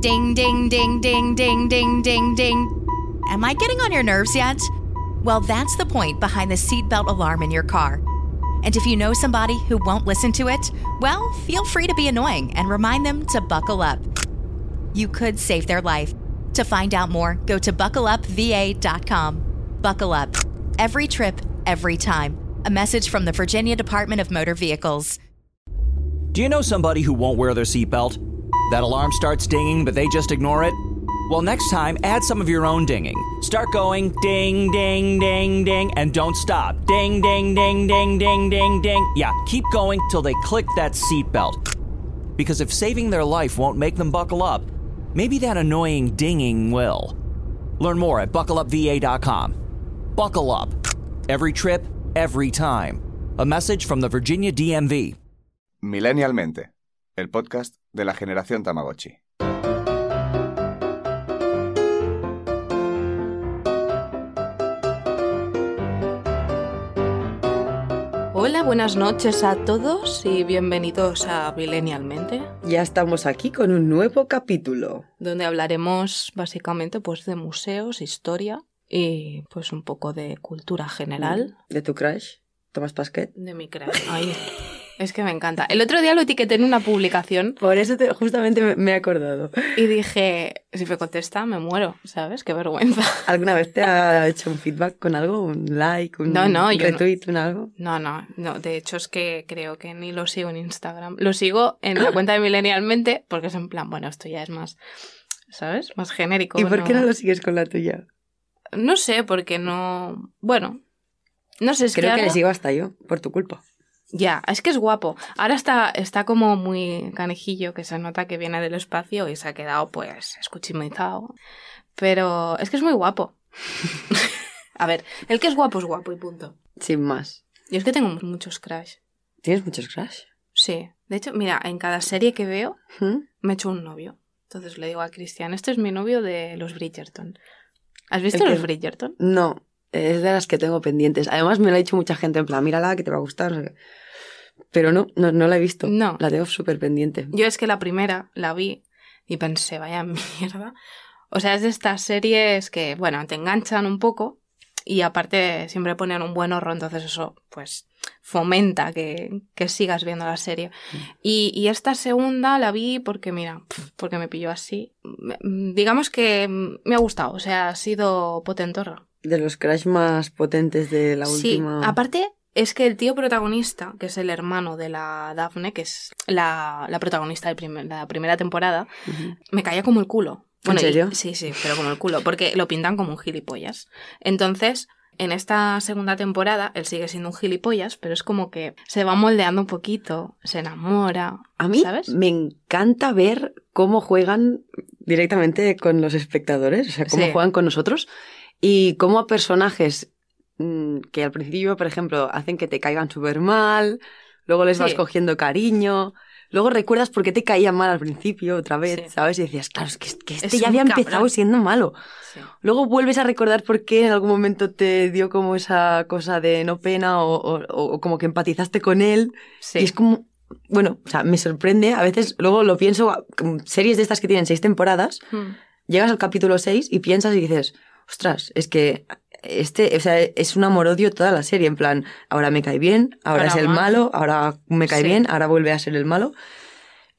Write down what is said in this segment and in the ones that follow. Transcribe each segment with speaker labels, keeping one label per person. Speaker 1: Ding, ding, ding, ding, ding, ding, ding, ding.
Speaker 2: Am I getting on your nerves yet? Well, that's the point behind the seatbelt alarm in your car. And if you know somebody who won't listen to it, well, feel free to be annoying and remind them to buckle up. You could save their life. To find out more, go to buckleupva.com. Buckle up. Every trip, every time. A message from the Virginia Department of Motor Vehicles.
Speaker 3: Do you know somebody who won't wear their seatbelt? That alarm starts dinging, but they just ignore it? Well, next time, add some of your own dinging. Start going ding, ding, ding, ding, and don't stop. Ding, ding, ding, ding, ding, ding, ding. Yeah, keep going till they click that seatbelt. Because if saving their life won't make them buckle up, maybe that annoying dinging will. Learn more at buckleupva.com. Buckle up. Every trip, every time. A message from the Virginia DMV.
Speaker 4: Millennialmente, el podcast de la generación Tamagotchi.
Speaker 5: Hola, buenas noches a todos y bienvenidos a Millennialmente,
Speaker 6: Ya estamos aquí con un nuevo capítulo.
Speaker 5: donde hablaremos básicamente pues de museos, historia y pues un poco de cultura general.
Speaker 6: ¿De tu crush? Tomás Pasquet.
Speaker 5: De mi crack. Ay, es que me encanta. El otro día lo etiqueté en una publicación
Speaker 6: Por eso te- justamente me- me he acordado.
Speaker 5: y dije, si me contesta me muero, ¿sabes? Qué vergüenza.
Speaker 6: ¿Alguna vez te ha hecho un feedback con algo? ¿Un like? ¿Un
Speaker 5: No, no, yo no.
Speaker 6: retweet? ¿Un algo?
Speaker 5: No, no, no. De hecho es que creo que ni lo sigo en Instagram. Lo sigo en la cuenta de Millennialmente porque es en plan, bueno, esto ya es más, ¿sabes? Más genérico.
Speaker 6: ¿Y por qué no lo sigues con la tuya?
Speaker 5: No sé, porque no. Bueno. No sé, es
Speaker 6: Creo que
Speaker 5: ahora-
Speaker 6: le sigo hasta yo, por tu culpa.
Speaker 5: Ya, es que es guapo. Ahora está, está como muy canejillo, que se nota que viene del espacio y se ha quedado, pues, escuchimizado. Pero es que es muy guapo. A ver, el que es guapo es guapo y punto.
Speaker 6: Sin más.
Speaker 5: Yo es que tengo muchos crush.
Speaker 6: ¿Tienes muchos crush?
Speaker 5: Sí. De hecho, mira, en cada serie que veo
Speaker 6: ¿Mm?
Speaker 5: me echo un novio. Entonces le digo a Cristian, este es mi novio de los Bridgerton. ¿Has visto
Speaker 6: ¿El qué?
Speaker 5: los Bridgerton?
Speaker 6: No, es de las que tengo pendientes. Además me lo ha dicho mucha gente, en plan, mírala, que te va a gustar. no sé qué. Pero no, no, no la he visto.
Speaker 5: No.
Speaker 6: La tengo súper pendiente.
Speaker 5: Yo es que la primera la vi y pensé, vaya mierda. O sea, es de estas series que, bueno, te enganchan un poco y aparte siempre ponen un buen horror, entonces eso, pues, fomenta que, que sigas viendo la serie.
Speaker 6: Mm.
Speaker 5: Y, y esta segunda la vi porque, mira, pf, porque me pilló así. Me- Digamos que mm, me ha gustado, o sea, ha sido potentorra.
Speaker 6: De los crush más potentes de la
Speaker 5: Sí,
Speaker 6: última...
Speaker 5: aparte es que el tío protagonista, que es el hermano de la Daphne, que es la, la protagonista de primer- la primera temporada,
Speaker 6: Ujú.
Speaker 5: me caía como el culo.
Speaker 6: ¿En
Speaker 5: y-
Speaker 6: serio?
Speaker 5: sí, sí, pero como el culo, porque lo pintan como un gilipollas. Entonces, en esta segunda temporada, él sigue siendo un gilipollas, pero es como que se va moldeando un poquito, se enamora.
Speaker 6: A mí
Speaker 5: ¿sabes?
Speaker 6: me encanta ver cómo juegan directamente con los espectadores, o sea, cómo
Speaker 5: Sí.
Speaker 6: juegan con nosotros y cómo a personajes mm, que al principio, por ejemplo, hacen que te caigan súper mal, luego les vas
Speaker 5: Sí.
Speaker 6: cogiendo cariño, luego recuerdas por qué te caían mal al principio otra vez,
Speaker 5: Sí.
Speaker 6: ¿sabes? Y decías, claro, es que, es que este
Speaker 5: Es
Speaker 6: ya
Speaker 5: un
Speaker 6: había
Speaker 5: cabrón.
Speaker 6: empezado siendo malo. Luego vuelves a recordar por qué en algún momento te dio como esa cosa de no pena o- o- o como que empatizaste con él.
Speaker 5: Sí.
Speaker 6: Y es como, bueno, o sea, me sorprende. A veces luego lo pienso, a- como series de estas que tienen seis temporadas,
Speaker 5: Mm.
Speaker 6: llegas al capítulo seis y piensas y dices, ostras, es que este, o sea, es un amor-odio toda la serie. En plan, ahora me cae bien, ahora,
Speaker 5: Ahora
Speaker 6: es el
Speaker 5: mal.
Speaker 6: malo, ahora me cae
Speaker 5: Sí.
Speaker 6: bien, ahora vuelve a ser el malo.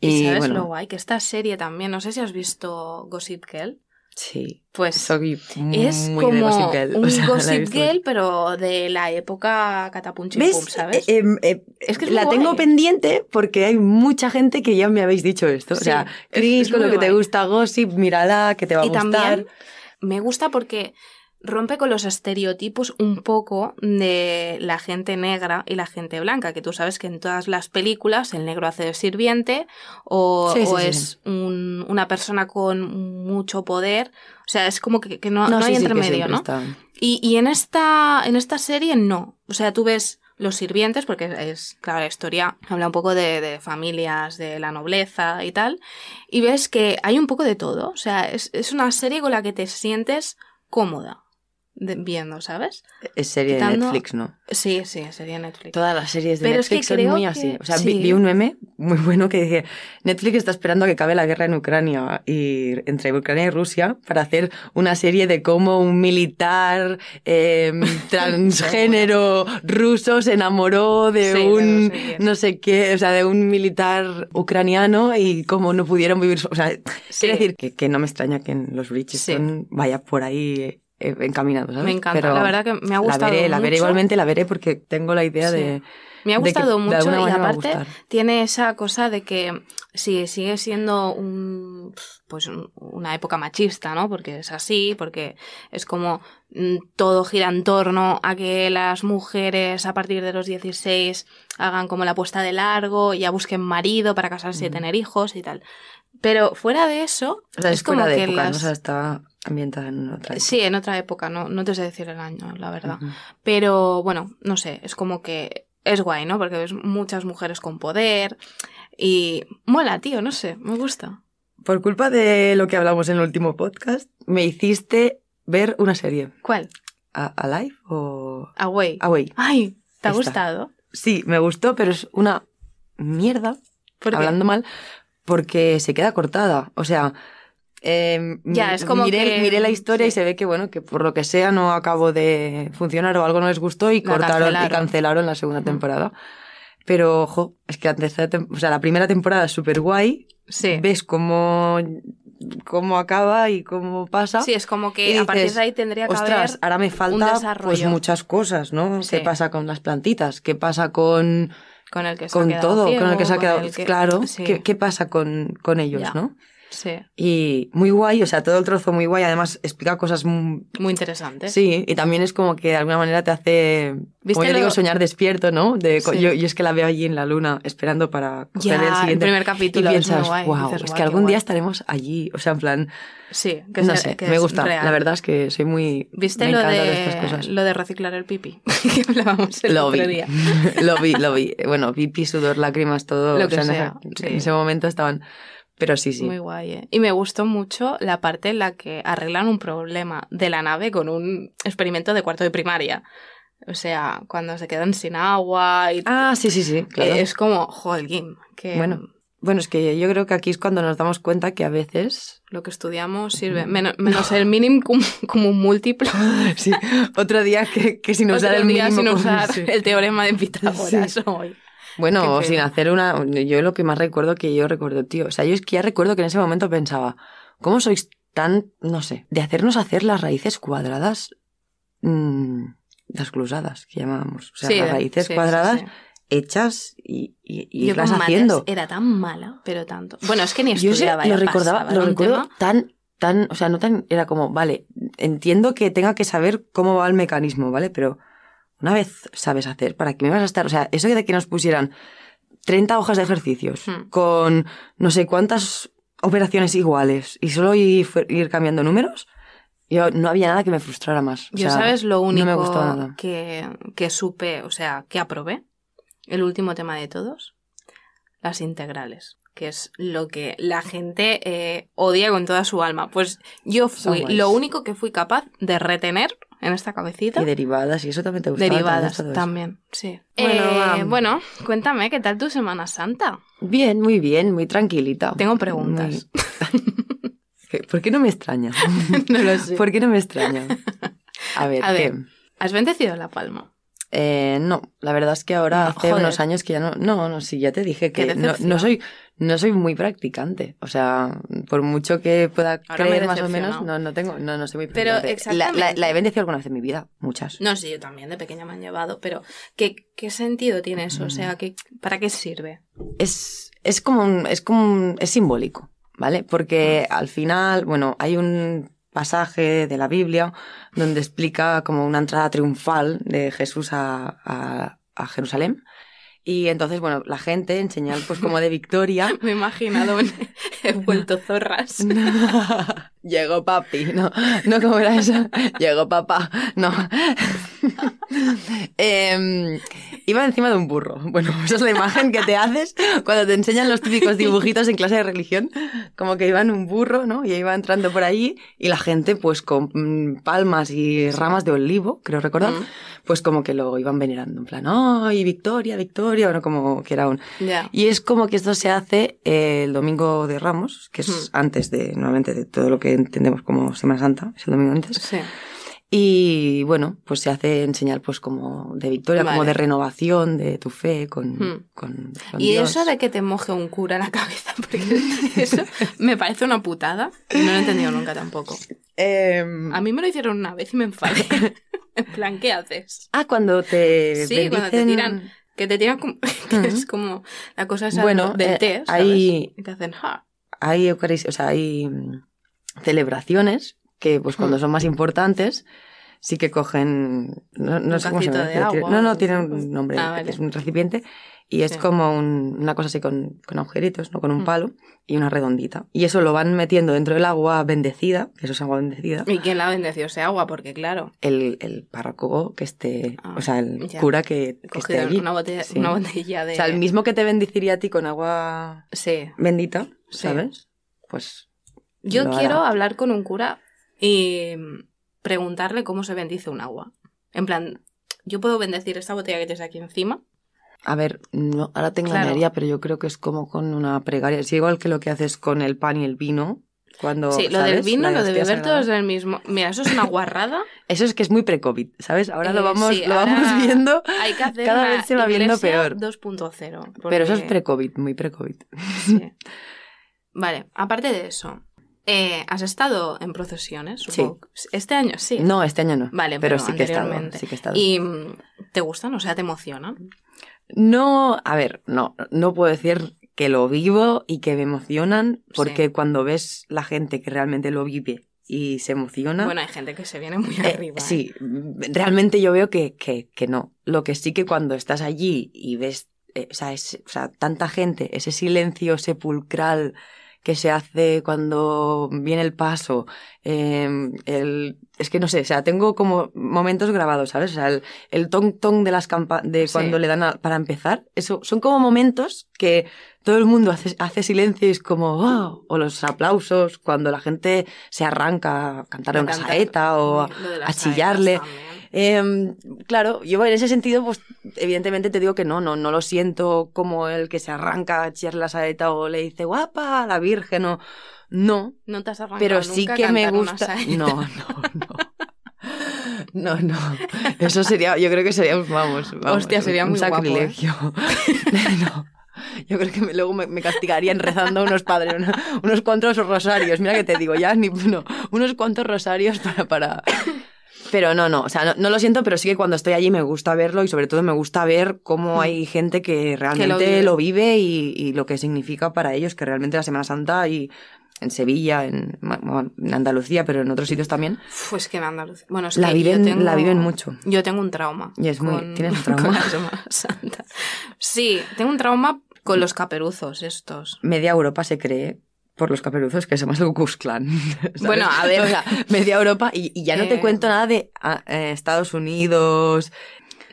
Speaker 5: ¿Y sabes
Speaker 6: bueno,
Speaker 5: lo guay? Que esta serie también, no sé si has visto Gossip Girl.
Speaker 6: sí.
Speaker 5: Pues
Speaker 6: Soy Mm, muy
Speaker 5: Es
Speaker 6: de
Speaker 5: como
Speaker 6: Gossip Girl, o
Speaker 5: un
Speaker 6: sea, la he
Speaker 5: Gossip
Speaker 6: visto.
Speaker 5: Girl, pero de la época catapunchi
Speaker 6: ¿Ves?
Speaker 5: pum, ¿sabes?
Speaker 6: Eh, em, eh,
Speaker 5: Es que es
Speaker 6: la
Speaker 5: muy
Speaker 6: tengo
Speaker 5: guay.
Speaker 6: pendiente porque hay mucha gente que ya me habéis dicho esto. o
Speaker 5: Sí,
Speaker 6: sea,
Speaker 5: es-
Speaker 6: Chris,
Speaker 5: es
Speaker 6: con lo
Speaker 5: muy
Speaker 6: que te
Speaker 5: guay.
Speaker 6: gusta Gossip, mírala, que te va a
Speaker 5: y
Speaker 6: gustar.
Speaker 5: también me gusta porque rompe con los estereotipos un poco de la gente negra y la gente blanca, que tú sabes que en todas las películas el negro hace de sirviente o,
Speaker 6: Sí, sí,
Speaker 5: o
Speaker 6: sí,
Speaker 5: es un- una persona con mucho poder. O sea, es como que, que no, no hay
Speaker 6: sí, sí, que
Speaker 5: entremedio,
Speaker 6: siempre
Speaker 5: ¿no?
Speaker 6: está.
Speaker 5: Y, y en esta, en esta serie no. O sea, tú ves los sirvientes, porque es, claro, la historia habla un poco de, de familias, de la nobleza y tal, y ves que hay un poco de todo. O sea, es, es una serie con la que te sientes cómoda de- viendo, ¿sabes?
Speaker 6: Es serie de
Speaker 5: Quitando-
Speaker 6: Netflix, ¿no?
Speaker 5: Sí, sí, sería Netflix.
Speaker 6: Todas las series de
Speaker 5: Pero es que
Speaker 6: Netflix son
Speaker 5: creo
Speaker 6: muy
Speaker 5: que-
Speaker 6: así. O sea,
Speaker 5: sí.
Speaker 6: vi, vi un meme muy bueno que dice, Netflix está esperando a que acabe la guerra en Ucrania y entre Ucrania y Rusia para hacer una serie de cómo un militar eh, transgénero ruso se enamoró de
Speaker 5: Sí, de
Speaker 6: un
Speaker 5: no sé quién.
Speaker 6: no sé qué, o sea, de un militar ucraniano y cómo no pudieron vivir, su- o sea,
Speaker 5: Sí.
Speaker 6: quiero decir que, que no me extraña que en los Bridgestone vaya por ahí eh, encaminado, ¿sabes?
Speaker 5: Me encanta,
Speaker 6: Pero
Speaker 5: la verdad que me ha
Speaker 6: La
Speaker 5: gustado
Speaker 6: veré, la veré
Speaker 5: mucho.
Speaker 6: igualmente, la veré porque tengo la idea
Speaker 5: Sí.
Speaker 6: de
Speaker 5: Me ha
Speaker 6: de que
Speaker 5: gustado
Speaker 6: de
Speaker 5: mucho
Speaker 6: alguna
Speaker 5: y
Speaker 6: manera me va a
Speaker 5: aparte
Speaker 6: gustar.
Speaker 5: tiene esa cosa de que sí, sigue siendo un, pues un- una época machista, ¿no? Porque es así, porque es como mm, todo gira en torno a que las mujeres a partir de los 16 hagan como la puesta de largo, ya busquen marido para casarse y tener hijos y tal. Pero fuera de eso,
Speaker 6: O sea,
Speaker 5: es,
Speaker 6: es,
Speaker 5: como
Speaker 6: fuera de
Speaker 5: que
Speaker 6: época, ¿no?
Speaker 5: las-
Speaker 6: O sea, está ambientada en otra época.
Speaker 5: Sí, en otra época, no, no te sé decir el año, la verdad.
Speaker 6: Ujú.
Speaker 5: Pero bueno, no sé, es como que es guay, ¿no? Porque ves muchas mujeres con poder y mola, tío, no sé, me gusta.
Speaker 6: Por culpa de lo que hablamos en el último podcast, me hiciste ver una serie.
Speaker 5: ¿Cuál?
Speaker 6: ¿A- ¿Alive o
Speaker 5: Away.
Speaker 6: Away?
Speaker 5: Ay, ¿te ha
Speaker 6: Esta.
Speaker 5: gustado?
Speaker 6: Sí, me gustó, pero es una mierda,
Speaker 5: ¿Por qué?
Speaker 6: hablando mal, porque se queda cortada. O sea, eh,
Speaker 5: Ya,
Speaker 6: mi-
Speaker 5: es como
Speaker 6: miré,
Speaker 5: que-
Speaker 7: mm,
Speaker 6: miré la historia y
Speaker 5: sí.
Speaker 6: se ve que, bueno, que por lo que sea no acabó de funcionar o algo no les gustó y
Speaker 5: La
Speaker 6: cortaron
Speaker 5: cancelaron. Mm.
Speaker 6: y cancelaron la segunda
Speaker 5: Ujú.
Speaker 6: temporada. Pero, ojo, es que la, tercera tem- o sea, la primera temporada es súper guay,
Speaker 5: Sí.
Speaker 6: ves cómo, cómo acaba y cómo pasa.
Speaker 5: Sí, es como que
Speaker 6: Y
Speaker 5: a partir
Speaker 6: dices,
Speaker 5: de ahí tendría que
Speaker 6: Ostras,
Speaker 5: haber
Speaker 6: ahora me falta
Speaker 5: desarrollo".
Speaker 6: pues muchas cosas, ¿no?
Speaker 5: Sí.
Speaker 6: ¿Qué pasa con las plantitas? ¿Qué pasa con,
Speaker 5: con el que se ha
Speaker 6: con
Speaker 5: quedado
Speaker 6: todo? con el
Speaker 5: ciego,
Speaker 6: que se ha quedado.
Speaker 5: el que-
Speaker 6: Claro,
Speaker 5: Sí,
Speaker 6: ¿qué, qué pasa con, con ellos,
Speaker 5: Ya.
Speaker 6: no?
Speaker 5: sí,
Speaker 6: Y muy guay, o sea, todo el trozo muy guay. Además, explica cosas. mu-
Speaker 5: muy interesante.
Speaker 6: Sí, y también es como que de alguna manera te hace.
Speaker 5: ¿Viste
Speaker 6: Como yo
Speaker 5: lo-
Speaker 6: digo, soñar despierto, ¿no? De, co-
Speaker 5: Sí.
Speaker 6: yo, yo es que la veo allí en la luna esperando para coger
Speaker 5: Ya,
Speaker 6: el
Speaker 5: el
Speaker 6: siguiente.
Speaker 5: primer capítulo
Speaker 6: Y
Speaker 5: es
Speaker 6: piensas,
Speaker 5: muy guay,
Speaker 6: wow,
Speaker 5: dices,
Speaker 6: es
Speaker 5: guau,
Speaker 6: que
Speaker 5: qué
Speaker 6: algún
Speaker 5: guay".
Speaker 6: día estaremos allí. O sea, en plan,
Speaker 5: Sí, que
Speaker 6: no
Speaker 5: se-
Speaker 6: sé,
Speaker 5: que
Speaker 6: me
Speaker 5: es
Speaker 6: gusta.
Speaker 5: real.
Speaker 6: La verdad es que soy muy.
Speaker 5: ¿Viste
Speaker 6: me
Speaker 5: lo
Speaker 6: encantan
Speaker 5: de,
Speaker 6: estas cosas.
Speaker 5: lo de reciclar el pipí? que hablábamos el
Speaker 6: Lo vi.
Speaker 5: otro día.
Speaker 6: lo vi, lo vi. Bueno, pipí, sudor, lágrimas, todo.
Speaker 5: Lo
Speaker 6: o
Speaker 5: que
Speaker 6: sea, en
Speaker 5: sea,
Speaker 6: ese-
Speaker 5: sí.
Speaker 6: En ese momento estaban. Pero sí, sí.
Speaker 5: Muy guay, ¿eh? Y me gustó mucho la parte en la que arreglan un problema de la nave con un experimento de cuarto de primaria. O sea, cuando se quedan sin agua y...
Speaker 6: Ah, sí, sí, sí. Claro.
Speaker 5: Eh, Es como, jolgim, que
Speaker 6: Bueno. Bueno, es que yo creo que aquí es cuando nos damos cuenta que a veces.
Speaker 5: lo que estudiamos
Speaker 6: Mm.
Speaker 5: sirve, meno- menos el mínimo cum- como un múltiplo,
Speaker 6: Sí, otro día que, que sin usar
Speaker 5: Otro
Speaker 6: el
Speaker 5: día
Speaker 6: mínimo.
Speaker 5: sin
Speaker 6: común,
Speaker 5: usar
Speaker 6: sí.
Speaker 5: el teorema de Pitágoras hoy. Qué
Speaker 6: Bueno, o
Speaker 5: feo.
Speaker 6: sin hacer una. Yo lo que más recuerdo que yo recuerdo, tío. O sea, yo es que ya recuerdo que en ese momento pensaba, ¿cómo sois tan, no sé, de hacernos hacer las raíces cuadradas, mm, las cruzadas que llamábamos? O sea,
Speaker 5: Sí,
Speaker 6: las raíces
Speaker 5: sí, sí,
Speaker 6: cuadradas
Speaker 5: sí.
Speaker 6: hechas y, y, y
Speaker 5: Yo
Speaker 6: irlas
Speaker 5: con mates
Speaker 6: haciendo.
Speaker 5: era tan mala, pero tanto. Bueno, es que ni
Speaker 6: Yo sé,
Speaker 5: estudiaba.
Speaker 6: lo
Speaker 5: ya
Speaker 6: recordaba,
Speaker 5: pasaba,
Speaker 6: lo
Speaker 5: era un
Speaker 6: recuerdo
Speaker 5: tema-
Speaker 6: tan, tan, o sea, no tan, era como, vale, entiendo que tenga que saber cómo va el mecanismo, ¿vale? Pero una vez sabes hacer, ¿para qué me vas a estar? O sea, eso de que nos pusieran 30 hojas de ejercicios
Speaker 5: Hmm.
Speaker 6: con no sé cuántas operaciones iguales y solo ir, ir cambiando números, yo no había nada que me frustrara más. O
Speaker 5: Yo
Speaker 6: sea,
Speaker 5: sabes lo único
Speaker 6: no me gustó nada.
Speaker 5: Que, que supe, o sea, que aprobé, el último tema de todos, las integrales, que es lo que la gente eh, odia con toda su alma. Pues yo
Speaker 6: Son
Speaker 5: fui
Speaker 6: guays.
Speaker 5: lo único que fui capaz de retener en esta cabecita.
Speaker 6: Y derivadas, y eso también te gustaba. ¿te
Speaker 5: Derivadas
Speaker 6: gusta todo eso?
Speaker 5: también, sí.
Speaker 6: Bueno,
Speaker 5: Eh,
Speaker 6: va.
Speaker 5: bueno, cuéntame, ¿qué tal tu Semana Santa?
Speaker 6: Bien, muy bien, muy tranquilita.
Speaker 5: Tengo preguntas.
Speaker 6: Muy- ¿Qué- ¿Por qué no me extraña?
Speaker 5: no lo sé.
Speaker 6: ¿Por qué no me extraña? A ver,
Speaker 5: A
Speaker 6: ¿qué?
Speaker 5: ver. ¿Has bendecido la palma?
Speaker 6: Eh, no, la verdad es que ahora
Speaker 5: No,
Speaker 6: hace
Speaker 5: joder.
Speaker 6: unos años que ya no, no, no, sí, ya te dije
Speaker 5: Qué
Speaker 6: que no,
Speaker 5: decepción.
Speaker 6: no soy, no soy muy practicante. O sea, por mucho que pueda
Speaker 5: Ahora me he
Speaker 6: creer más o
Speaker 5: decepcionado.
Speaker 6: menos, no, no tengo, no, no soy muy
Speaker 5: Pero
Speaker 6: practicante. La- La,
Speaker 5: exactamente.
Speaker 6: la he bendecido alguna vez en mi vida, muchas.
Speaker 5: No, sí, yo también, de pequeña me han llevado, pero ¿qué, qué sentido tiene eso? O sea, ¿qué- ¿para qué sirve?
Speaker 6: es, es como un, es como un- es simbólico, ¿vale? Porque al final, bueno, hay un pasaje de la Biblia donde explica como una entrada triunfal de Jesús a, a- a Jerusalén. Y entonces, bueno, la gente en señal pues como de victoria
Speaker 5: Me he imaginado, un- he vuelto zorras.
Speaker 6: Llegó papi, no, no como era eso. Llegó papá, no. Em, iba encima de un burro. Bueno, pues esa es la imagen que te haces cuando te enseñan los típicos dibujitos en clase de religión, como que iba en un burro, ¿no? Y iba entrando por ahí y la gente, pues con mm, palmas y ramas de olivo, creo recordar, pues como que lo iban venerando, en plan, ¡ay, victoria, victoria! Bueno, como que era un...
Speaker 5: Ya.
Speaker 6: Y es como que esto se hace eh, el domingo de Ramos, que es antes de, nuevamente, de todo lo que entendemos como Semana Santa, es el domingo antes.
Speaker 5: Sí.
Speaker 6: Y bueno, pues se hace enseñar pues como de victoria, como
Speaker 5: Vale.
Speaker 6: de renovación de tu fe con,
Speaker 5: Hmm.
Speaker 6: con, con
Speaker 5: Y
Speaker 6: Dios.
Speaker 5: eso de que te moje un cura en la cabeza, porque eso me parece una putada. Y no lo he entendido nunca tampoco.
Speaker 6: Em,
Speaker 5: A mí me lo hicieron una vez y me enfadé. en plan, ¿qué haces?
Speaker 6: Ah, cuando te
Speaker 5: Sí, cuando te
Speaker 6: bendicen-
Speaker 5: tiran. Que te tiran como, que
Speaker 6: Ujú.
Speaker 5: es como la cosa esa
Speaker 6: Bueno,
Speaker 5: del
Speaker 6: eh,
Speaker 5: té, ¿sabes?
Speaker 6: ahí-
Speaker 5: Y te hacen, ja.
Speaker 6: hay eucaris- o sea, hay mm, celebraciones que pues
Speaker 5: Hmm.
Speaker 6: cuando son más importantes sí que cogen no, no
Speaker 5: Un
Speaker 6: sé cómo se
Speaker 5: cacito
Speaker 6: llama,
Speaker 5: de
Speaker 6: tiene-
Speaker 5: agua
Speaker 6: no no
Speaker 5: o-
Speaker 6: tiene un nombre
Speaker 5: Ah, vale.
Speaker 6: es un recipiente y es
Speaker 5: Sí.
Speaker 6: como un- una cosa así con, con agujeritos no con un
Speaker 5: Mm.
Speaker 6: palo y una redondita y eso lo van metiendo dentro del agua bendecida que eso es agua bendecida
Speaker 5: ¿Y quién la bendeció ese agua? Porque claro,
Speaker 6: el, el párroco que esté
Speaker 5: Ah,
Speaker 6: o sea el
Speaker 5: ya.
Speaker 6: cura que, que esté
Speaker 5: cogieron
Speaker 6: allí
Speaker 5: una botella,
Speaker 6: Sí.
Speaker 5: una botella de...
Speaker 6: o sea el mismo que te bendeciría a ti con agua
Speaker 5: Sí.
Speaker 6: bendita
Speaker 5: Sí.
Speaker 6: sabes pues
Speaker 5: Yo
Speaker 6: Lo hará.
Speaker 5: quiero hablar con un cura y mm, preguntarle cómo se bendice un agua. En plan, yo puedo bendecir esta botella que tienes aquí encima.
Speaker 6: A ver, no, ahora te
Speaker 5: Claro.
Speaker 6: engañaría, pero yo creo que es como con una pregaria. Es igual que lo que haces con el pan y el vino. Cuando,
Speaker 5: sí, lo
Speaker 6: ¿sabes?
Speaker 5: del vino,
Speaker 6: La
Speaker 5: lo de
Speaker 6: hostia
Speaker 5: beber todo
Speaker 6: sagrada.
Speaker 5: es del mismo. Mira, eso es una guarrada.
Speaker 6: Eso es que es muy pre-COVID, ¿sabes? Ahora
Speaker 5: Eh,
Speaker 6: lo vamos,
Speaker 5: sí,
Speaker 6: lo
Speaker 5: ahora
Speaker 6: vamos viendo,
Speaker 5: Hay que hacer
Speaker 6: Cada
Speaker 5: una
Speaker 6: vez se va viendo
Speaker 5: iglesia
Speaker 6: peor.
Speaker 5: 2.0.
Speaker 6: pero eso es
Speaker 5: porque-
Speaker 6: pre-COVID, muy pre-COVID.
Speaker 5: sí. Vale, aparte de eso, eh, ¿has estado en procesiones?
Speaker 6: Sí.
Speaker 5: Supongo. Este año sí.
Speaker 6: No, este año no.
Speaker 5: Vale,
Speaker 6: pero,
Speaker 5: pero
Speaker 6: sí que he estado.
Speaker 5: anteriormente.
Speaker 6: Sí que he estado.
Speaker 5: ¿Y mm, te gustan? O sea, ¿te emocionan?
Speaker 6: No, a ver, no, no puedo decir que lo vivo y que me emocionan, porque cuando ves la gente que realmente lo vive y se emociona,
Speaker 5: Bueno, hay gente que se viene muy
Speaker 6: Eh,
Speaker 5: arriba. ¿eh?
Speaker 6: Sí, realmente yo veo que, que, que no. Lo que sí que cuando estás allí y ves, eh, o, sea, es- o sea, tanta gente, ese silencio sepulcral que se hace cuando viene el paso, eh, el, es que no sé, o sea, tengo como momentos grabados, ¿sabes? O sea, el, el tong tong de las campa de
Speaker 5: Sí.
Speaker 6: cuando le dan a- para empezar, eso son como momentos que todo el mundo hace, hace silencio y es como, "Oh", o los aplausos cuando la gente se arranca a cantar
Speaker 5: Me
Speaker 6: una
Speaker 5: encanta
Speaker 6: saeta o a-
Speaker 5: lo de las
Speaker 6: a chillarle.
Speaker 5: saetas también.
Speaker 6: Em, claro, yo en ese sentido, pues evidentemente te digo que no, no, no lo siento como el que se arranca a chillar la saeta o le dice guapa a la Virgen o no,
Speaker 5: No te has arrancado
Speaker 6: pero sí
Speaker 5: nunca a
Speaker 6: que me
Speaker 5: cantar una
Speaker 6: gusta.
Speaker 5: saeta.
Speaker 6: No, no, no. No, no. Eso sería, yo creo que sería, vamos, vamos
Speaker 5: Hostia, sería
Speaker 6: un
Speaker 5: muy guapo, ¿eh?
Speaker 6: sacrilegio. No. Yo creo que me- luego me, me castigarían rezando unos padres, uno- unos, cuantos rosarios. Mira que te digo, ya ni no, unos cuantos rosarios para, para. Pero no, no, o sea, no, no lo siento, pero sí que cuando estoy allí me gusta verlo y sobre todo me gusta ver cómo hay gente que realmente
Speaker 5: Mm. vive.
Speaker 6: lo vive y, y lo que significa para ellos, que realmente la Semana Santa y en Sevilla, en, bueno, en Andalucía, pero en otros sitios también,
Speaker 5: Pues que en Andalucía. Bueno, es
Speaker 6: La
Speaker 5: que
Speaker 6: viven-
Speaker 5: yo tengo-
Speaker 6: la viven mucho.
Speaker 5: Yo tengo un trauma.
Speaker 6: Y es muy-
Speaker 5: con-
Speaker 6: ¿tienes un trauma?
Speaker 5: con la Semana Santa. Sí, tengo un trauma con los caperuzos estos.
Speaker 6: media Europa se cree por los caperuzos que somos el Ku Clan.
Speaker 5: Bueno, a ver.
Speaker 6: o sea, media Europa y, y ya no te
Speaker 5: Eh.
Speaker 6: cuento nada de ah, eh, Estados Unidos.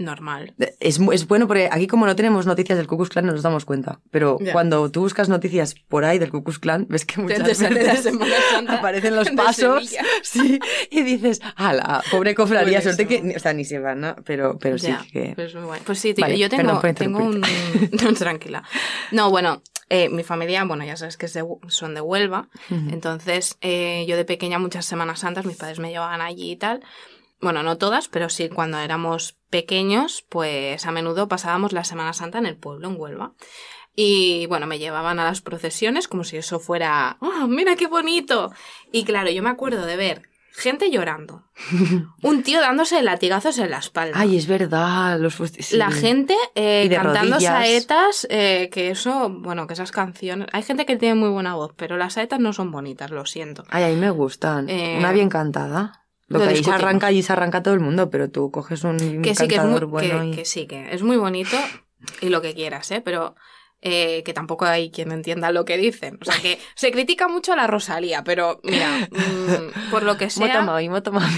Speaker 5: Normal.
Speaker 6: De- Es, mu- es bueno porque aquí como no tenemos noticias del Ku Klux Klan no nos damos cuenta, pero
Speaker 5: Ya.
Speaker 6: cuando tú buscas noticias por ahí del Ku Klux Klan ves que muchas
Speaker 5: te sale la
Speaker 6: veces
Speaker 5: Semana Santa
Speaker 6: aparecen los
Speaker 5: de
Speaker 6: pasos
Speaker 5: Sevilla.
Speaker 6: sí, y dices, ala, pobre cofradía,
Speaker 5: Buenísimo.
Speaker 6: suerte que, ni- o sea, ni se van, ¿no? pero, pero sí
Speaker 5: Ya,
Speaker 6: que...
Speaker 5: pues muy guay. Pues sí, tío,
Speaker 6: Vale,
Speaker 5: yo tengo,
Speaker 6: perdón por
Speaker 5: tengo un... No, tranquila. No, bueno, eh, mi familia, bueno, ya sabes que es de Hu- son de Huelva, entonces eh, yo de pequeña muchas Semanas Santas mis padres me llevaban allí y tal. Bueno, no todas, pero sí cuando éramos pequeños, pues a menudo pasábamos la Semana Santa en el pueblo, en Huelva. Y bueno, me llevaban a las procesiones como si eso fuera, ¡ah, mira qué bonito! Y claro, yo me acuerdo de ver gente llorando, un tío dándose latigazos en la espalda.
Speaker 6: Ay, es verdad, los fusti- sí.
Speaker 5: La gente eh,
Speaker 6: Y de
Speaker 5: cantando
Speaker 6: rodillas.
Speaker 5: saetas, eh, que eso, bueno, que esas canciones. Hay gente que tiene muy buena voz, pero las saetas no son bonitas, lo siento.
Speaker 6: Ay, a mí me gustan.
Speaker 5: Eh,
Speaker 6: Una bien cantada. Lo,
Speaker 5: lo
Speaker 6: que ahí se
Speaker 5: discutimos.
Speaker 6: arranca, allí se arranca todo el mundo, pero tú coges un
Speaker 5: Que sí que es muy,
Speaker 6: cantador bueno
Speaker 5: que,
Speaker 6: y...
Speaker 5: que sí que es muy bonito y lo que quieras, ¿eh? Pero eh, que tampoco hay quien entienda lo que dicen. O sea, que se critica mucho a la Rosalía, pero mira, mm, por lo que sea...
Speaker 6: Motomami, motomami.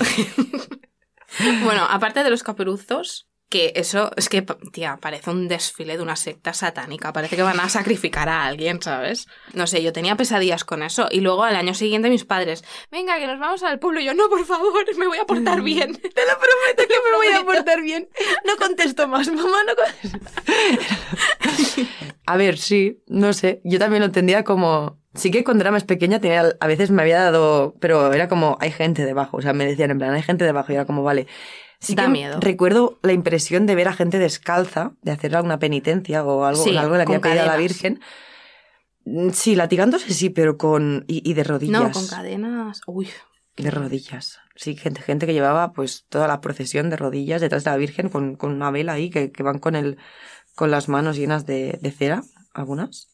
Speaker 5: Bueno, aparte de los caperuzos, que eso es que, pa- tía, parece un desfile de una secta satánica. Parece que van a sacrificar a alguien, ¿sabes? No sé, yo tenía pesadillas con eso. Y luego al año siguiente mis padres, venga, que nos vamos al pueblo. Y yo, no, por favor, me voy a portar bien. Mm. Te lo prometo que me voy a portar bien. No contesto más, mamá, no contesto.
Speaker 6: A ver, sí, no sé. Yo también lo entendía como. Sí que cuando era más pequeña tenía, a veces me había dado, pero era como, hay gente debajo. O sea, me decían en plan, hay gente debajo. Y era como, vale. Sí
Speaker 5: Da
Speaker 6: que
Speaker 5: miedo.
Speaker 6: Recuerdo la impresión de ver a gente descalza, de hacer alguna penitencia o algo,
Speaker 5: Sí,
Speaker 6: algo le
Speaker 5: con
Speaker 6: había pedido a la
Speaker 5: cadenas.
Speaker 6: Virgen. Mm, Sí, latigándose sí, pero con. Y, y de rodillas.
Speaker 5: No, con cadenas. Uy,
Speaker 6: De rodillas. Sí, gente, gente que llevaba pues toda la procesión de rodillas detrás de la Virgen con, con una vela ahí que, que van con el con las manos llenas de, de cera, algunas.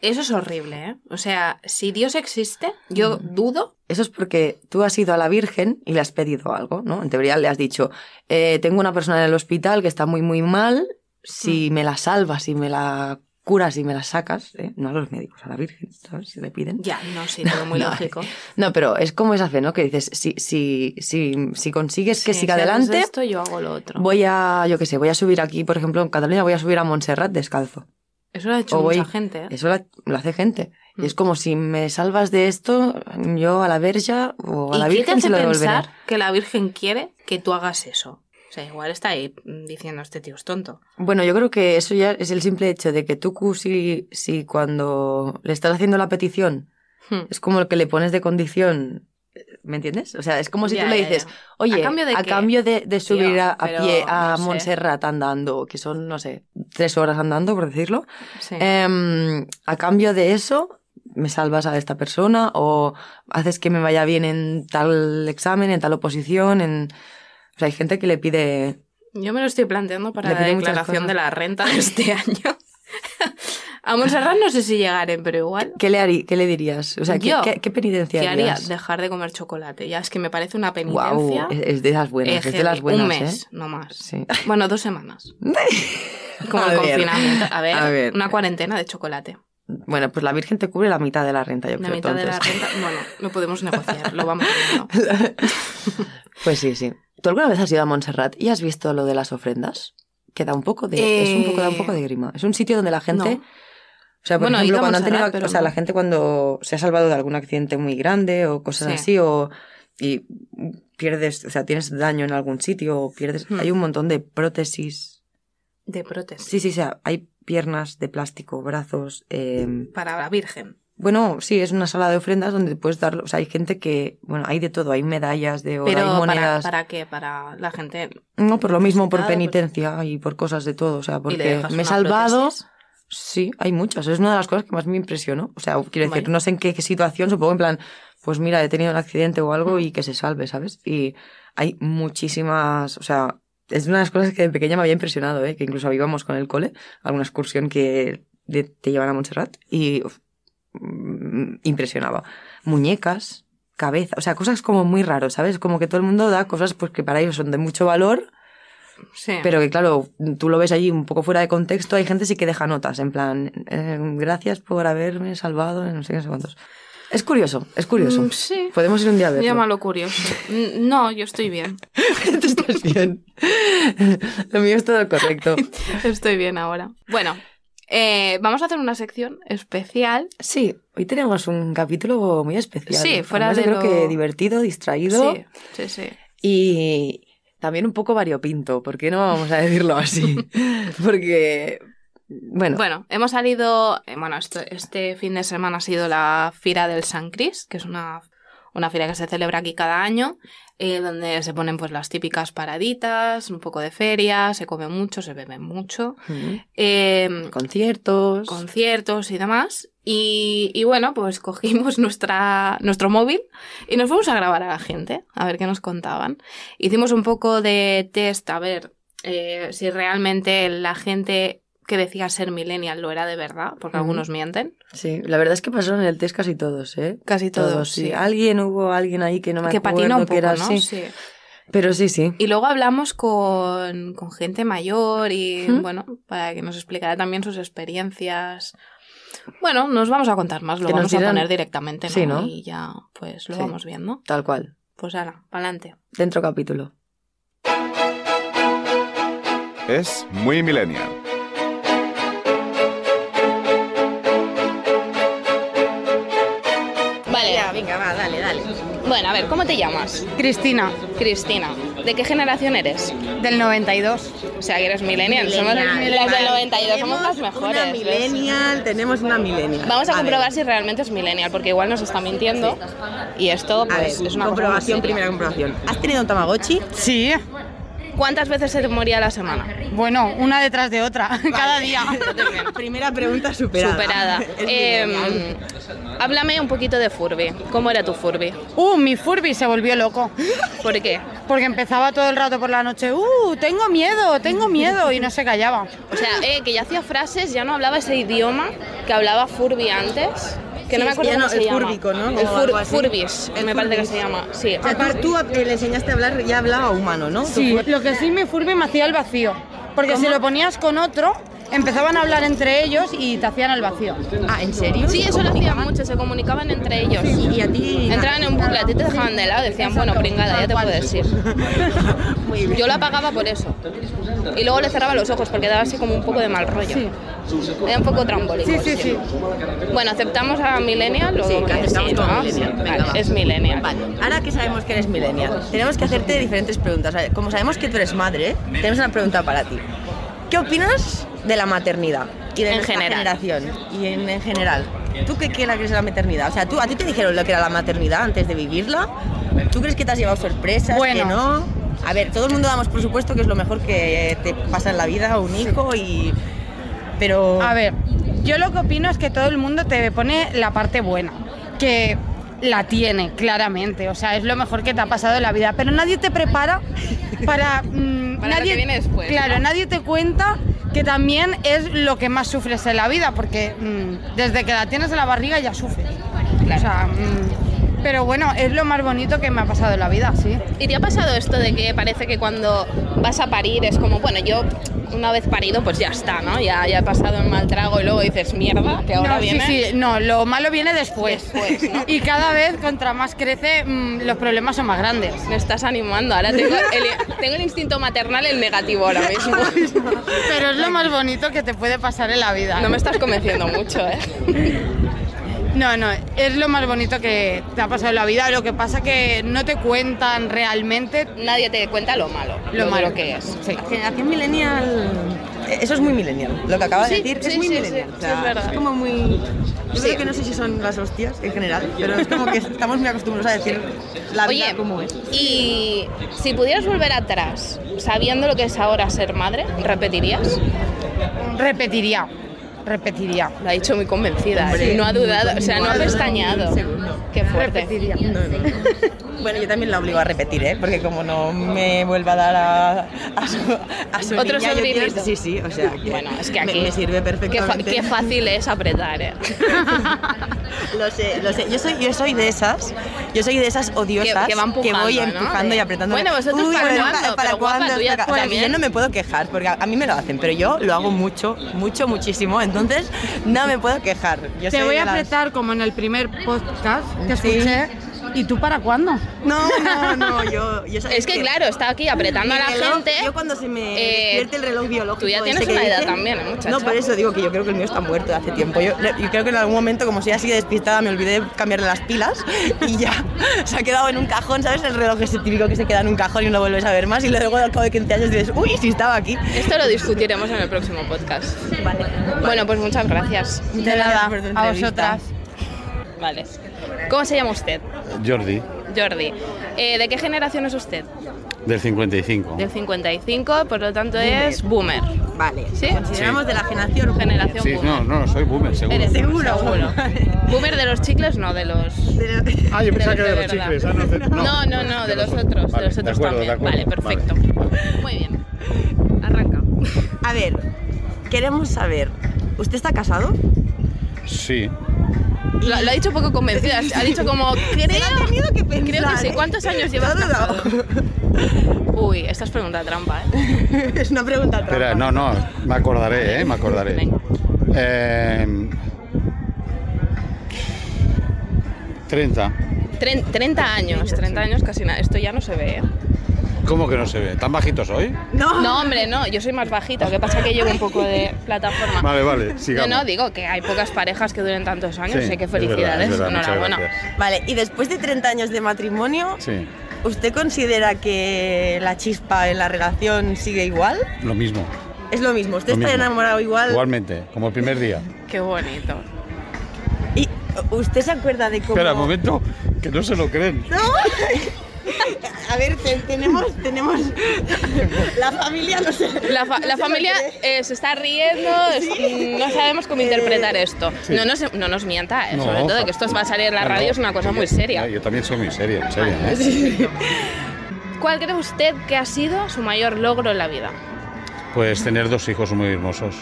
Speaker 5: eso es horrible, ¿eh? O sea, si Dios existe, yo
Speaker 6: Mm.
Speaker 5: dudo.
Speaker 6: Eso es porque tú has ido a la Virgen y le has pedido algo, ¿no? En teoría le has dicho, eh, tengo una persona en el hospital que está muy, muy mal, si
Speaker 5: Mm.
Speaker 6: me la salvas, si me la curas, si me la sacas, ¿eh? no a los médicos, a la Virgen, ¿sabes? Si le piden.
Speaker 5: Ya, no, sí, todo muy
Speaker 6: No, eh,
Speaker 5: lógico.
Speaker 6: No, pero es como esa fe, ¿no? Que dices, si, si, si, si consigues que
Speaker 5: Sí,
Speaker 6: siga
Speaker 5: si haces
Speaker 6: adelante,
Speaker 5: esto, yo hago lo otro.
Speaker 6: voy a, yo qué sé, voy a subir aquí, por ejemplo, en Cataluña voy a subir a Montserrat descalzo.
Speaker 5: Eso lo ha hecho
Speaker 6: o voy-
Speaker 5: mucha gente, ¿eh?
Speaker 6: Eso la- lo hace gente. Y
Speaker 5: Mm.
Speaker 6: es como si me salvas de esto, yo a la verja o a la
Speaker 5: ¿Y qué te
Speaker 6: Virgen
Speaker 5: hace
Speaker 6: se lo
Speaker 5: pensar
Speaker 6: devolveré.
Speaker 5: que la Virgen quiere que tú hagas eso? O sea, igual está ahí mm, diciendo este tío es tonto.
Speaker 6: Bueno, yo creo que eso ya es el simple hecho de que tú, cu- si, si cuando le estás haciendo la petición,
Speaker 5: Hmm.
Speaker 6: es como lo que le pones de condición, eh, ¿me entiendes? O sea, es como si
Speaker 5: Ya,
Speaker 6: tú le
Speaker 5: ya,
Speaker 6: dices,
Speaker 5: ya.
Speaker 6: oye,
Speaker 5: ¿A cambio de qué?
Speaker 6: de- de subir a, a
Speaker 5: pero
Speaker 6: pie a
Speaker 5: no sé.
Speaker 6: Montserrat andando, que son, no sé, tres horas andando, por decirlo,
Speaker 5: Sí.
Speaker 6: em, a cambio de eso, me salvas a esta persona o haces que me vaya bien en tal examen, en tal oposición, en... O sea, hay gente que le pide
Speaker 5: Yo me lo estoy planteando para
Speaker 6: le
Speaker 5: la
Speaker 6: pide muchas
Speaker 5: declaración
Speaker 6: cosas.
Speaker 5: de la renta de este año. a Montserrat no sé si llegaré, pero igual.
Speaker 6: ¿Qué le, harí- qué le dirías? O sea, ¿qué,
Speaker 5: Yo,
Speaker 6: qué- qué penitencia
Speaker 5: ¿Qué haría?
Speaker 6: harías?
Speaker 5: Dejar de comer chocolate. Ya es que me parece una penitencia.
Speaker 6: Guau, es, es de las buenas,
Speaker 5: eh,
Speaker 6: es de
Speaker 5: heavy.
Speaker 6: las buenas,
Speaker 5: Un mes,
Speaker 6: ¿eh?
Speaker 5: no más.
Speaker 6: Sí.
Speaker 5: Bueno, dos semanas. Como el
Speaker 6: ver,
Speaker 5: confinamiento. A ver,
Speaker 6: a ver.
Speaker 5: una cuarentena de chocolate.
Speaker 6: Bueno, pues la Virgen te cubre la mitad de la renta, yo
Speaker 5: La
Speaker 6: creo,
Speaker 5: mitad de la
Speaker 6: entonces.
Speaker 5: renta. Bueno, no podemos negociar, lo vamos viendo.
Speaker 6: Pues sí, sí. ¿Tú alguna vez has ido a Montserrat y has visto lo de las ofrendas? Que da un poco de... Es un poco, da un poco de grima. Es un sitio donde la gente...
Speaker 5: Eh, No.
Speaker 6: O sea, por
Speaker 5: Bueno, he ido
Speaker 6: ejemplo,
Speaker 5: a
Speaker 6: cuando han tenido,
Speaker 5: Montserrat, pero
Speaker 6: o sea,
Speaker 5: no.
Speaker 6: la gente cuando se ha salvado de algún accidente muy grande o cosas
Speaker 5: Sí.
Speaker 6: así, o y pierdes, o sea, tienes daño en algún sitio, o pierdes,
Speaker 5: Hmm.
Speaker 6: hay un montón de prótesis.
Speaker 5: De prótesis.
Speaker 6: Sí, sí, o sea, hay piernas de plástico, brazos. eh,
Speaker 5: Para la Virgen.
Speaker 6: Bueno, sí, es una sala de ofrendas donde puedes dar, o sea, hay gente que, bueno, hay de todo, hay medallas de oro,
Speaker 5: Pero
Speaker 6: hay
Speaker 5: para,
Speaker 6: monedas.
Speaker 5: para qué, para la gente.
Speaker 6: No, por lo mismo, por
Speaker 5: Necesitada,
Speaker 6: penitencia y por cosas de todo, o sea,
Speaker 5: y le
Speaker 6: porque
Speaker 5: dejas
Speaker 6: me he
Speaker 5: una
Speaker 6: salvado.
Speaker 5: prótesis.
Speaker 6: Sí, hay muchas. Es una de las cosas que más me impresionó. O sea, quiero decir,
Speaker 5: Vale.
Speaker 6: no sé en qué, qué situación, supongo en plan, pues mira, he tenido un accidente o algo y que se salve, ¿sabes? Y hay muchísimas, o sea, es una de las cosas que de pequeña me había impresionado, ¿eh? Que incluso íbamos con el cole, a alguna excursión que de- te llevan a Montserrat y uf, mm, impresionaba. Muñecas, cabeza, o sea, cosas como muy raros, ¿sabes? Como que todo el mundo da cosas pues que para ellos son de mucho valor.
Speaker 5: Sí.
Speaker 6: Pero que claro, tú lo ves allí un poco fuera de contexto, hay gente sí que deja notas, en plan, eh, gracias por haberme salvado, no sé qué, no sé cuántos. Es curioso, es curioso.
Speaker 5: Mm, sí.
Speaker 6: Podemos ir un día a verlo.
Speaker 5: Llámalo curioso. Mm, No, yo estoy bien.
Speaker 6: Tú estás bien. lo mío es todo correcto.
Speaker 5: Estoy bien ahora. Bueno, eh, vamos a hacer una sección especial.
Speaker 6: Sí, hoy tenemos un capítulo muy especial.
Speaker 5: Sí, fuera
Speaker 6: Además, yo
Speaker 5: de
Speaker 6: creo que
Speaker 5: lo-
Speaker 6: divertido, distraído
Speaker 5: Sí, sí, sí.
Speaker 6: y también un poco variopinto, ¿por qué no vamos a decirlo así? Porque, bueno,
Speaker 5: Bueno, hemos salido. eh, Bueno, esto- este fin de semana ha sido la Fira del San Cris, que es una, una fira que se celebra aquí cada año, eh, donde se ponen pues las típicas paraditas, un poco de feria, se come mucho, se bebe mucho. Eh,
Speaker 6: conciertos.
Speaker 5: conciertos y demás. Y, y bueno, pues cogimos nuestra, nuestro móvil y nos fuimos a grabar a la gente, a ver qué nos contaban. Hicimos un poco de test a ver eh, si realmente la gente que decía ser millennial lo era de verdad, porque
Speaker 6: Ujú.
Speaker 5: algunos mienten.
Speaker 6: Sí, la verdad es que pasaron el test casi todos, ¿eh?
Speaker 5: Casi
Speaker 6: Todos, sí. Alguien hubo alguien ahí que no me
Speaker 5: Que
Speaker 6: acuerdo
Speaker 5: patina un
Speaker 6: que
Speaker 5: poco,
Speaker 6: era
Speaker 5: ¿no?
Speaker 6: así.
Speaker 5: Sí.
Speaker 8: Pero sí, sí.
Speaker 9: Y luego hablamos con, con gente mayor y,
Speaker 8: ¿Mm?
Speaker 9: bueno, para que nos explicara también sus experiencias. Bueno, nos vamos a contar más, lo
Speaker 8: Que nos
Speaker 9: vamos a
Speaker 8: dirán-
Speaker 9: poner directamente, ¿no?
Speaker 8: Sí, ¿no?
Speaker 9: Y ya, pues lo
Speaker 8: Sí.
Speaker 9: vamos viendo.
Speaker 8: Tal cual.
Speaker 9: Pues ahora, pa'lante.
Speaker 8: Dentro capítulo.
Speaker 10: Es muy millennial.
Speaker 5: Vale.
Speaker 8: venga, va, dale, dale.
Speaker 5: Bueno, a ver, ¿cómo te llamas?
Speaker 9: Cristina,
Speaker 5: Cristina. ¿De qué generación eres?
Speaker 9: del 92.
Speaker 5: O sea, que eres millennial. Somos las del 92, somos las mejores. ¿ves?
Speaker 6: tenemos una millennial.
Speaker 5: Vamos a,
Speaker 6: ver,
Speaker 5: comprobar si realmente es millennial, porque igual nos está mintiendo. Y esto
Speaker 6: a
Speaker 5: pues,
Speaker 6: ver,
Speaker 5: es una cosa muy
Speaker 6: comprobación,
Speaker 5: seria.
Speaker 6: primera comprobación. ¿Has tenido un Tamagotchi?
Speaker 11: Sí,
Speaker 5: ¿Cuántas veces se te moría a la semana?
Speaker 11: bueno, una detrás de otra, cada día.
Speaker 6: primera pregunta superada.
Speaker 5: Superada.
Speaker 6: Es
Speaker 5: Eh,
Speaker 6: millennial.
Speaker 5: háblame un poquito de Furby. ¿Cómo era tu Furby?
Speaker 11: Uh, mi Furby se volvió loco,
Speaker 5: ¿Por qué?
Speaker 11: porque empezaba todo el rato por la noche, uh, tengo miedo, tengo miedo, y no se callaba.
Speaker 5: O sea, eh, que ya hacía frases, ya no hablaba ese idioma que hablaba Furby antes. Que no
Speaker 6: Sí,
Speaker 5: me
Speaker 6: es
Speaker 5: acuerdo
Speaker 6: que ya
Speaker 5: cómo
Speaker 6: no-
Speaker 5: se
Speaker 6: el
Speaker 5: llama.
Speaker 6: fúrbico, ¿no?
Speaker 5: El
Speaker 6: Como
Speaker 5: fur-
Speaker 6: algo así.
Speaker 5: Furbis,
Speaker 6: El
Speaker 5: me parece que
Speaker 6: furbis.
Speaker 5: se llama. Sí.
Speaker 6: O sea, tú- tú a- le enseñaste a hablar, ya hablaba humano, ¿no? Tu
Speaker 11: Sí,
Speaker 6: fu-
Speaker 11: lo que sí mi Furby me hacía el vacío, porque si lo ponías con otro, empezaban a hablar entre ellos y te hacían el vacío.
Speaker 6: Ah, ¿en serio?
Speaker 5: Sí, eso lo hacían mucho, se comunicaban entre ellos.
Speaker 6: Y a ti...
Speaker 5: Entraban en bucle, a ti te dejaban de lado, decían, bueno, pringada, ya te puedes ir. Yo lo apagaba por eso. Y luego le cerraba los ojos porque daba así como un poco de mal rollo. Era un poco trambólico.
Speaker 11: Sí, sí, sí.
Speaker 5: Bueno, ¿aceptamos a Millennial? o
Speaker 6: Sí,
Speaker 5: qué?
Speaker 6: que aceptamos
Speaker 5: Sí,
Speaker 6: como
Speaker 5: ¿no?
Speaker 6: millennial. Venga,
Speaker 5: Vale,
Speaker 6: va.
Speaker 5: es Millennial.
Speaker 6: Vale, ahora que sabemos que eres millennial, tenemos que hacerte diferentes preguntas. O sea, Como sabemos que tú eres madre, tenemos una pregunta para ti. ¿Qué opinas de la maternidad y de
Speaker 5: En
Speaker 6: nuestra
Speaker 5: general.
Speaker 6: generación y en, en general? ¿Tú qué, qué la crees de la maternidad? O sea, ¿tú, ¿a ti te dijeron lo que era la maternidad antes de vivirla? ¿Tú crees que te has llevado sorpresas?
Speaker 11: Bueno.
Speaker 6: ¿Que no? A ver, todo el mundo damos por supuesto que es lo mejor que te pasa en la vida un hijo y... Pero...
Speaker 11: A ver, yo lo que opino es que todo el mundo te pone la parte buena, que la tiene claramente, o sea, es lo mejor que te ha pasado en la vida, pero nadie te prepara para... mm,
Speaker 5: Para lo
Speaker 11: nadie,
Speaker 5: que viene después,
Speaker 11: Claro,
Speaker 5: ¿no?
Speaker 11: nadie te cuenta que también es lo que más sufres en la vida, porque mm, desde que la tienes en la barriga ya sufres. O sea, mm, pero bueno, es lo más bonito que me ha pasado en la vida, sí.
Speaker 5: ¿Y te ha pasado esto de que parece que cuando vas a parir es como, bueno, yo una vez parido pues ya está, ¿no? Ya, ya he pasado el mal trago y luego dices, mierda, que ahora
Speaker 11: no,
Speaker 5: viene.
Speaker 11: sí, sí, no, lo malo viene después.
Speaker 5: Después, ¿no?
Speaker 11: Y cada vez, contra más crece, mm, los problemas son más grandes.
Speaker 5: Me estás animando, ahora tengo el, tengo el instinto maternal en negativo ahora mismo.
Speaker 11: Pero es lo más bonito que te puede pasar en la vida.
Speaker 5: No me estás convenciendo mucho, ¿eh?
Speaker 11: no, no, es lo más bonito que te ha pasado en la vida. Lo que pasa que no te cuentan realmente.
Speaker 5: Nadie te cuenta lo malo, lo, malo que es.
Speaker 11: Sí.
Speaker 6: La generación millennial. eh, Eso es muy millennial. Lo que acabas
Speaker 5: Sí,
Speaker 6: de decir
Speaker 5: sí,
Speaker 6: es muy
Speaker 5: sí,
Speaker 6: millennial.
Speaker 5: sí,
Speaker 6: o sea,
Speaker 5: sí, es verdad.
Speaker 6: como muy. Yo creo que no sé si son las hostias en general, pero es como que estamos muy acostumbrados a decir la vida
Speaker 5: Oye,
Speaker 6: como es.
Speaker 5: y si pudieras volver atrás, sabiendo lo que es ahora ser madre, ¿repetirías?
Speaker 11: Repetiría, repetiría.
Speaker 5: Lo ha dicho muy convencida, ¿eh? no ha dudado, o sea, no ha pestañado. Qué fuerte.
Speaker 11: Repetiría.
Speaker 6: Bueno, yo también la obligo a repetir, ¿eh? Porque como no me vuelva a dar a, a su, a su
Speaker 5: Otro
Speaker 6: niña, yo quiero-
Speaker 5: sobrinito.
Speaker 6: Sí, sí, o sea. que
Speaker 5: Bueno, es que
Speaker 6: me-
Speaker 5: aquí.
Speaker 6: Me, sirve
Speaker 5: Qué, fa-
Speaker 6: perfectamente.
Speaker 5: qué fácil es apretar, ¿eh?
Speaker 6: Lo sé, lo sé. Yo soy, yo soy de esas, yo soy de esas odiosas
Speaker 5: Que- que van pujando,
Speaker 6: voy
Speaker 5: ¿no?
Speaker 6: empujando
Speaker 5: De-
Speaker 6: y apretando.
Speaker 5: Bueno, vosotros para cuándo, pero guapa, tú ya
Speaker 6: O sea, que yo
Speaker 5: también.
Speaker 6: no me puedo quejar, porque a, a mí me lo hacen, pero yo lo hago mucho, mucho, muchísimo, entonces no me puedo quejar. Yo
Speaker 11: Te
Speaker 6: soy
Speaker 11: voy
Speaker 6: de
Speaker 11: a
Speaker 6: las-
Speaker 11: apretar como en el primer podcast que
Speaker 6: Sí.
Speaker 11: escuché. ¿Y tú para cuándo?
Speaker 6: No, no, no, yo, yo soy-
Speaker 5: Es que claro, está aquí apretando a la
Speaker 6: mi reloj,
Speaker 5: gente.
Speaker 6: Yo cuando se me
Speaker 5: eh,
Speaker 6: despierte el reloj biológico.
Speaker 5: tú ya
Speaker 6: ese
Speaker 5: tienes
Speaker 6: que
Speaker 5: una edad
Speaker 6: dicen-
Speaker 5: también, ¿eh, muchacha?
Speaker 6: No, por eso digo que yo creo que el mío está muerto de hace tiempo. Yo, yo creo que en algún momento, como soy así de despistada, me olvidé de cambiarle las pilas y ya se ha quedado en un cajón, ¿sabes? El reloj ese típico que se queda en un cajón y no lo vuelves a ver más. Y luego al cabo de 15 años dices, uy, sí estaba aquí.
Speaker 5: Esto lo discutiremos en el próximo podcast. Bueno, pues muchas gracias.
Speaker 6: Muchas gracias por tu
Speaker 11: a
Speaker 6: entrevista.
Speaker 11: vosotras.
Speaker 5: Vale. ¿Cómo se llama usted?
Speaker 12: Jordi,
Speaker 5: Jordi. Eh, ¿De qué generación es usted?
Speaker 12: del 55.
Speaker 5: Del 55, por lo tanto es boomer.
Speaker 6: Vale,
Speaker 5: ¿Sí?
Speaker 6: Consideramos de la generación.
Speaker 5: Generación
Speaker 12: Sí,
Speaker 5: boomer.
Speaker 12: no, no, soy boomer, seguro.
Speaker 5: Eres
Speaker 6: Seguro, seguro.
Speaker 5: Boomer de los chicles, no, de los...
Speaker 12: Ah, yo pensaba que de los
Speaker 5: verdad.
Speaker 12: chicles. ah, no, de-
Speaker 5: No, no, no, de los otros, de
Speaker 12: Vale,
Speaker 5: los otros
Speaker 12: acuerdo, de
Speaker 5: también.
Speaker 12: acuerdo.
Speaker 5: Vale, perfecto.
Speaker 12: Vale.
Speaker 5: Muy bien. Arranca.
Speaker 6: A ver, queremos saber, ¿usted está casado?
Speaker 12: Sí,
Speaker 5: Lo, lo ha dicho poco convencida. Ha dicho como, creo,
Speaker 13: que
Speaker 5: creo que sí. ¿Cuántos años llevas casado? Uy, esta es pregunta trampa, ¿eh?
Speaker 13: es una pregunta
Speaker 12: Espera, no, no, me acordaré, ¿eh? Me acordaré.
Speaker 5: Venga.
Speaker 12: Eh, 30.
Speaker 5: Tren- 30 años, 30 años casi nada. Esto ya no se ve, ¿eh?
Speaker 12: ¿Cómo que no se ve? ¿Tan bajitos hoy?
Speaker 5: No, hombre, no. Yo soy más bajita. Lo que pasa es que llevo un poco de plataforma.
Speaker 12: Vale, vale,
Speaker 5: No,
Speaker 12: sigamos.
Speaker 5: no, digo que hay pocas parejas que duren tantos años.
Speaker 12: Sí,
Speaker 5: sé que
Speaker 12: es verdad, es
Speaker 5: felicidades.
Speaker 12: verdad, muchas
Speaker 5: Enhorabuena.
Speaker 12: gracias.
Speaker 13: Vale, y después de 30 años de matrimonio,
Speaker 12: Sí,
Speaker 13: ¿usted considera que la chispa en la relación sigue igual?
Speaker 12: lo mismo.
Speaker 13: Es lo mismo, usted
Speaker 12: lo
Speaker 13: está
Speaker 12: mismo.
Speaker 13: enamorado igual.
Speaker 12: Igualmente, como el primer día.
Speaker 5: Qué bonito.
Speaker 13: ¿Y usted se acuerda de cómo.?
Speaker 12: Espera, un momento, que no se lo creen.
Speaker 13: No. A ver, te- tenemos, tenemos. La familia no sé.
Speaker 5: La, fa-
Speaker 13: no
Speaker 5: la
Speaker 13: sé
Speaker 5: familia
Speaker 13: lo que-
Speaker 5: eh, se está riendo, es- mm, no sabemos cómo interpretar esto.
Speaker 12: Eh, sí.
Speaker 5: No, nos, no nos mienta, eh,
Speaker 12: No,
Speaker 5: sobre todo
Speaker 12: fa-
Speaker 5: que esto va a salir en la
Speaker 12: No,
Speaker 5: radio,
Speaker 12: no,
Speaker 5: es una cosa
Speaker 12: yo-
Speaker 5: muy seria.
Speaker 12: no, Yo también soy muy seria, en serio. ¿eh?
Speaker 5: ¿Cuál cree usted que ha sido su mayor logro en la vida?
Speaker 12: Pues tener dos hijos muy hermosos.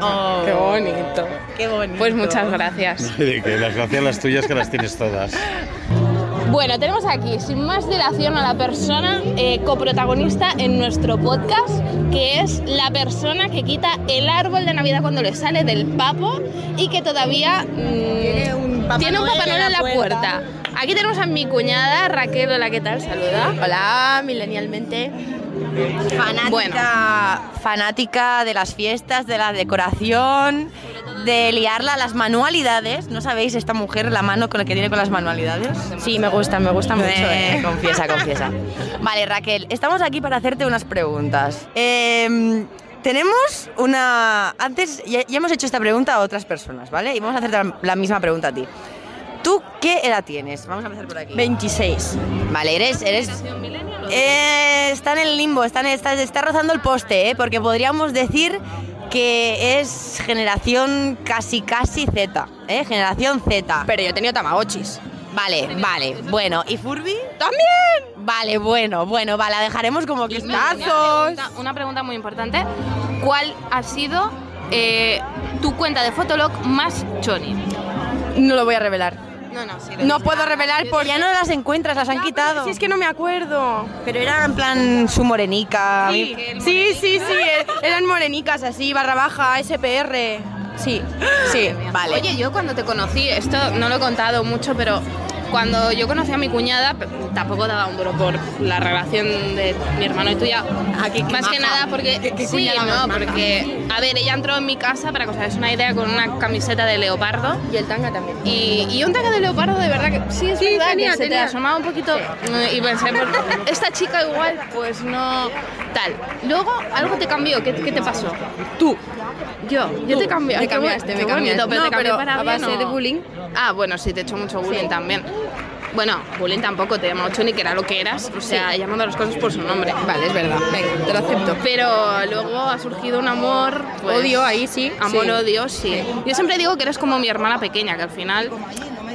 Speaker 13: Oh,
Speaker 5: Qué bonito.
Speaker 13: qué bonito.
Speaker 5: Pues muchas gracias.
Speaker 12: De que las gracias las tuyas que las tienes todas.
Speaker 5: Bueno, tenemos aquí, sin más dilación, a la persona eh, coprotagonista en nuestro podcast, que es la persona que quita el árbol de Navidad cuando le sale del papo y que todavía mm, tiene un Papá Noel en la puerta. Aquí tenemos a mi cuñada Raquel, hola, ¿qué tal? Saluda.
Speaker 7: Hola, milenialmente. Fanática,
Speaker 5: Bueno.
Speaker 7: fanática de las fiestas, de la decoración, de liarla a las manualidades. ¿No sabéis esta mujer la mano con la que tiene con las manualidades? Sí, me gusta, me gusta mucho. ¿eh?
Speaker 11: ¿eh?
Speaker 7: Confiesa, confiesa.
Speaker 6: Vale, Raquel, estamos aquí para hacerte unas preguntas. Eh, tenemos una... Antes ya, ya hemos hecho esta pregunta a otras personas, ¿vale? Y vamos a hacerte la, la misma pregunta a ti. ¿Tú qué edad tienes? Vamos a empezar por aquí.
Speaker 7: 26.
Speaker 6: Vale, eres... eres Eh, está en el limbo, está, en- está, está rozando el poste, ¿eh? Porque podríamos decir que es generación casi casi Z, ¿eh? Generación Z.
Speaker 7: Pero yo he tenido Tamagotchis.
Speaker 6: Vale, vale, bueno. ¿Y Furby?
Speaker 7: ¡También!
Speaker 6: Vale, bueno, bueno, vale, la dejaremos como que
Speaker 5: Una,
Speaker 6: estazos.
Speaker 5: pregunta, una pregunta muy importante. ¿Cuál ha sido eh, tu cuenta de Fotolog más choni?
Speaker 7: No lo voy a revelar.
Speaker 5: No, no, sí.
Speaker 7: No puedo revelar porque
Speaker 6: Ya no las encuentras, las han quitado.
Speaker 7: Si es que no me acuerdo.
Speaker 6: Pero era en plan su morenica.
Speaker 7: Sí, sí, sí, sí, eh, eran morenicas así, barra baja, SPR. Sí, sí, vale.
Speaker 5: Oye, yo cuando te conocí, esto no lo he contado mucho, pero cuando yo conocí a mi cuñada, p- tampoco daba un duro por la relación de mi hermano y tuya.
Speaker 7: Ah,
Speaker 5: más que nada porque. sí, no, porque. A ver, ella entró en mi casa, para que os hagáis una idea, con una camiseta de leopardo.
Speaker 7: y el tanga también.
Speaker 5: Y, y un taca de leopardo, de verdad que sí, es verdad
Speaker 7: tenía,
Speaker 5: que se
Speaker 7: tenía.
Speaker 5: te asomaba un poquito eh, y pensé, pues, esta chica igual, pues no. Tal. Luego, algo te cambió, ¿qué, qué te pasó?
Speaker 7: Tú.
Speaker 5: Yo, yo te cambié.
Speaker 7: Me
Speaker 5: Ay, qué bu-
Speaker 7: cambiaste, me
Speaker 5: qué
Speaker 7: cambiaste.
Speaker 5: bonito, pero
Speaker 7: No,
Speaker 5: te cambié
Speaker 7: pero
Speaker 5: para
Speaker 7: a
Speaker 5: bien,
Speaker 7: base
Speaker 5: ¿o?
Speaker 7: de bullying.
Speaker 5: Ah, bueno, sí, te he hecho mucho bullying también. Bueno, bullying tampoco te llamaba ni que era lo que eras, o sea, llamando a las cosas por su nombre.
Speaker 7: Vale, es verdad, venga, te lo acepto.
Speaker 5: Pero luego ha surgido un amor. pues,
Speaker 7: Odio ahí, sí, sí.
Speaker 5: Amor-odio, sí. Yo siempre digo que eres como mi hermana pequeña, que al final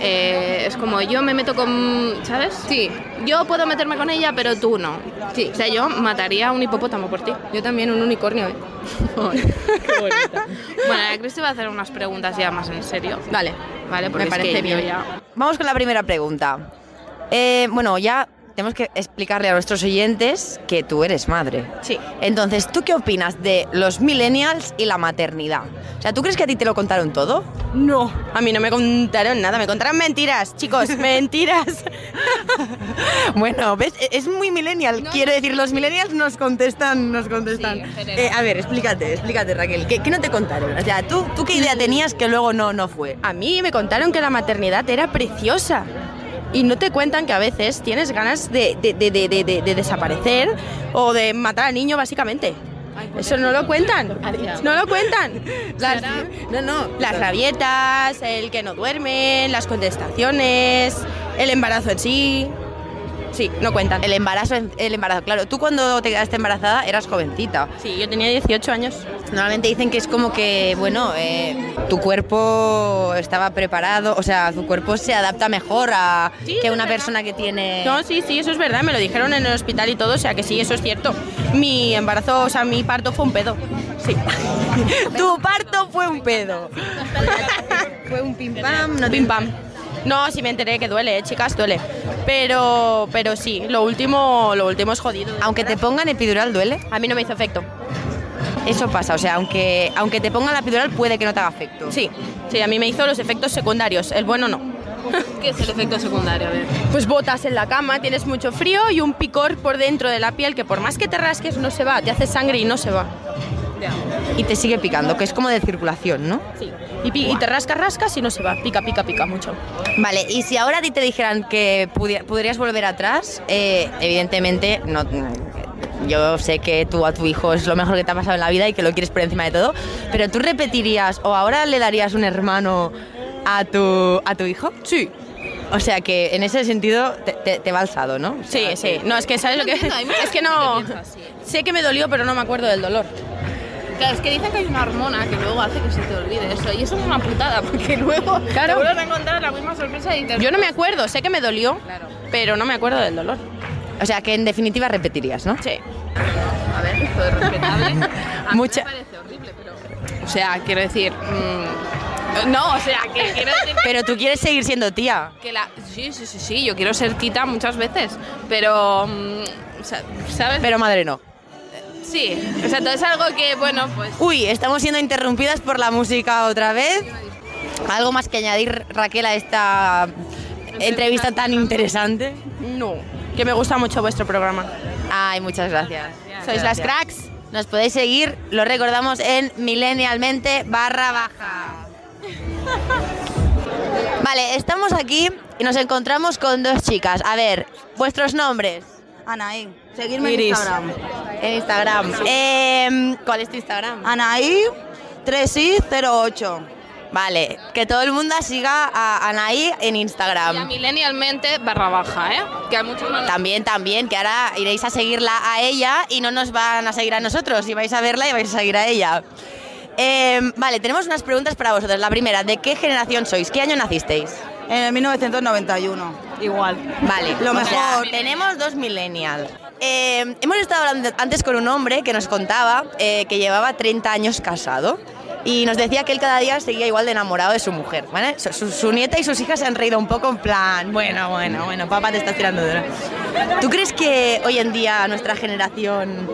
Speaker 5: eh, es como yo me meto con. ¿Sabes?
Speaker 7: Sí.
Speaker 5: Yo puedo meterme con ella, pero tú no.
Speaker 7: Sí.
Speaker 5: O sea, yo mataría a un hipopótamo por ti.
Speaker 7: Yo también un unicornio, ¿eh?
Speaker 5: Bueno, la Cristi va a hacer unas preguntas ya más en serio.
Speaker 7: Vale.
Speaker 5: Vale, porque
Speaker 7: Me
Speaker 5: es que
Speaker 7: parece
Speaker 5: yo
Speaker 7: bien.
Speaker 5: ya-
Speaker 6: Vamos con la primera pregunta. Eh, bueno, ya tenemos que explicarle a nuestros oyentes que tú eres madre.
Speaker 7: Sí.
Speaker 6: Entonces, ¿tú qué opinas de los millennials y la maternidad? O sea, ¿tú crees que a ti te lo contaron todo?
Speaker 7: No. A mí no me contaron nada, me contaron mentiras, chicos, mentiras.
Speaker 6: Bueno, ¿ves? E- Es muy millennial. Quiero decir, los millennials nos contestan, nos contestan. Eh, a ver, explícate, explícate, Raquel. ¿Qué, qué no te contaron? O sea, ¿tú, ¿tú qué idea tenías que luego no, no fue?
Speaker 7: Mm. A mí me contaron que la maternidad era preciosa. Y no te cuentan que a veces tienes ganas de, de- de- de- de- de- de desaparecer o de matar al niño, básicamente.
Speaker 6: pues
Speaker 7: Eso no lo cuentan. No lo cuentan. Las, no, no. Las rabietas, el que no duerme, las contestaciones, el embarazo en sí. Sí, no cuentan.
Speaker 6: El embarazo, en- el embarazo. Claro, tú cuando te quedaste embarazada eras jovencita.
Speaker 7: Sí, yo tenía 18 años.
Speaker 6: Normalmente dicen que es como que, bueno, eh, tu cuerpo estaba preparado, o sea, tu cuerpo se adapta mejor a
Speaker 7: Sí,
Speaker 6: que
Speaker 7: es
Speaker 6: una
Speaker 7: verdad.
Speaker 6: persona que tiene...
Speaker 7: No, sí, sí, eso es verdad, me lo dijeron en el hospital y todo, o sea que sí, eso es cierto. Mi embarazo, o sea, mi parto fue un pedo. Sí.
Speaker 6: tu parto fue un pedo.
Speaker 7: Fue un
Speaker 14: pim pam,
Speaker 15: no pim pam. No, sí me enteré que duele, eh, chicas, duele. Pero, pero sí, lo último, lo último es jodido.
Speaker 6: Aunque te pongan epidural, duele.
Speaker 15: A mí no me hizo efecto.
Speaker 6: Eso pasa, o sea, aunque, aunque te pongan la epidural puede que no te haga efecto.
Speaker 15: Sí, sí, a mí me hizo los efectos secundarios. El bueno no.
Speaker 16: ¿Qué es el efecto secundario? A ver.
Speaker 15: Pues botas en la cama, tienes mucho frío y un picor por dentro de la piel que por más que te rasques no se va, te hace sangre y no se va.
Speaker 6: Y te sigue picando, que es como de circulación, ¿no?
Speaker 15: Sí. Y, pi- y te rascas, rascas y no se va. Pica, pica, pica mucho.
Speaker 6: Vale, y si ahora a ti te dijeran que pudi- podrías volver atrás, eh, evidentemente no. mm, Yo sé que tú a tu hijo es lo mejor que te ha pasado en la vida y que lo quieres por encima de todo, pero tú repetirías o ahora le darías un hermano a tu, a tu hijo? Sí. O sea que en ese sentido te, te- te va alzado, ¿no?
Speaker 15: Sí, sí. No, es que sabes lo que es que no. Sé que me dolió, pero no me acuerdo del dolor.
Speaker 5: Claro, es que dicen que hay una hormona que luego hace que se te olvide eso. Y eso es una putada, porque luego
Speaker 15: Claro.
Speaker 5: te vuelves a encontrar la misma sorpresa y te...
Speaker 15: Yo no me acuerdo, sé que me dolió, pero no me acuerdo del dolor.
Speaker 6: O sea que en definitiva repetirías, ¿no?
Speaker 15: Sí.
Speaker 16: A ver, esto es respetable. A mí
Speaker 6: Mucha-
Speaker 16: Me parece horrible, pero. O sea, quiero decir. mm, no, o sea, que quiero decir.
Speaker 6: Pero tú quieres seguir siendo tía.
Speaker 16: Que la, sí, sí, sí, sí, yo quiero ser tita muchas veces, pero. mm, sa- ¿Sabes?
Speaker 6: Pero madre no.
Speaker 16: Sí, o sea, todo es algo que, bueno, pues.
Speaker 6: Uy, estamos siendo interrumpidas por la música otra vez. ¿Algo más que añadir, Raquel, a esta entrevista tan interesante?
Speaker 15: No. Que me gusta mucho vuestro programa.
Speaker 6: Ay, muchas gracias.
Speaker 15: Sois las cracks.
Speaker 6: Nos podéis seguir, lo recordamos, en milenialmente barra baja. Vale, estamos aquí y nos encontramos con dos chicas. A ver, vuestros nombres
Speaker 11: Anaí, seguirme en
Speaker 6: Iris.
Speaker 11: Instagram.
Speaker 6: en Instagram. Em, ¿Cuál es tu Instagram?
Speaker 11: Anaí 3i08.
Speaker 6: Vale, que todo el mundo siga a Anaí en
Speaker 16: Y a
Speaker 6: Instagram.
Speaker 16: millennialmente barra baja, ¿eh? Que hay muchos no nos-
Speaker 6: También, también, que ahora iréis a seguirla a ella y no nos van a seguir a nosotros. Y vais a verla y vais a seguir a ella. Em, vale, tenemos unas preguntas para vosotros. La primera, ¿de qué generación sois? ¿Qué año nacisteis?
Speaker 11: En el 1991. Igual.
Speaker 6: Vale,
Speaker 11: Lo
Speaker 6: o sea,
Speaker 11: mejor.
Speaker 6: tenemos dos millennials. Eh, hemos estado hablando antes con un hombre que nos contaba eh, que llevaba 30 años casado y nos decía que él cada día seguía igual de enamorado de su mujer. ¿vale? Su, su- su nieta y sus hijas se han reído un poco en plan, bueno, bueno, bueno, papá te estás tirando duro. ¿Tú crees que hoy en día nuestra generación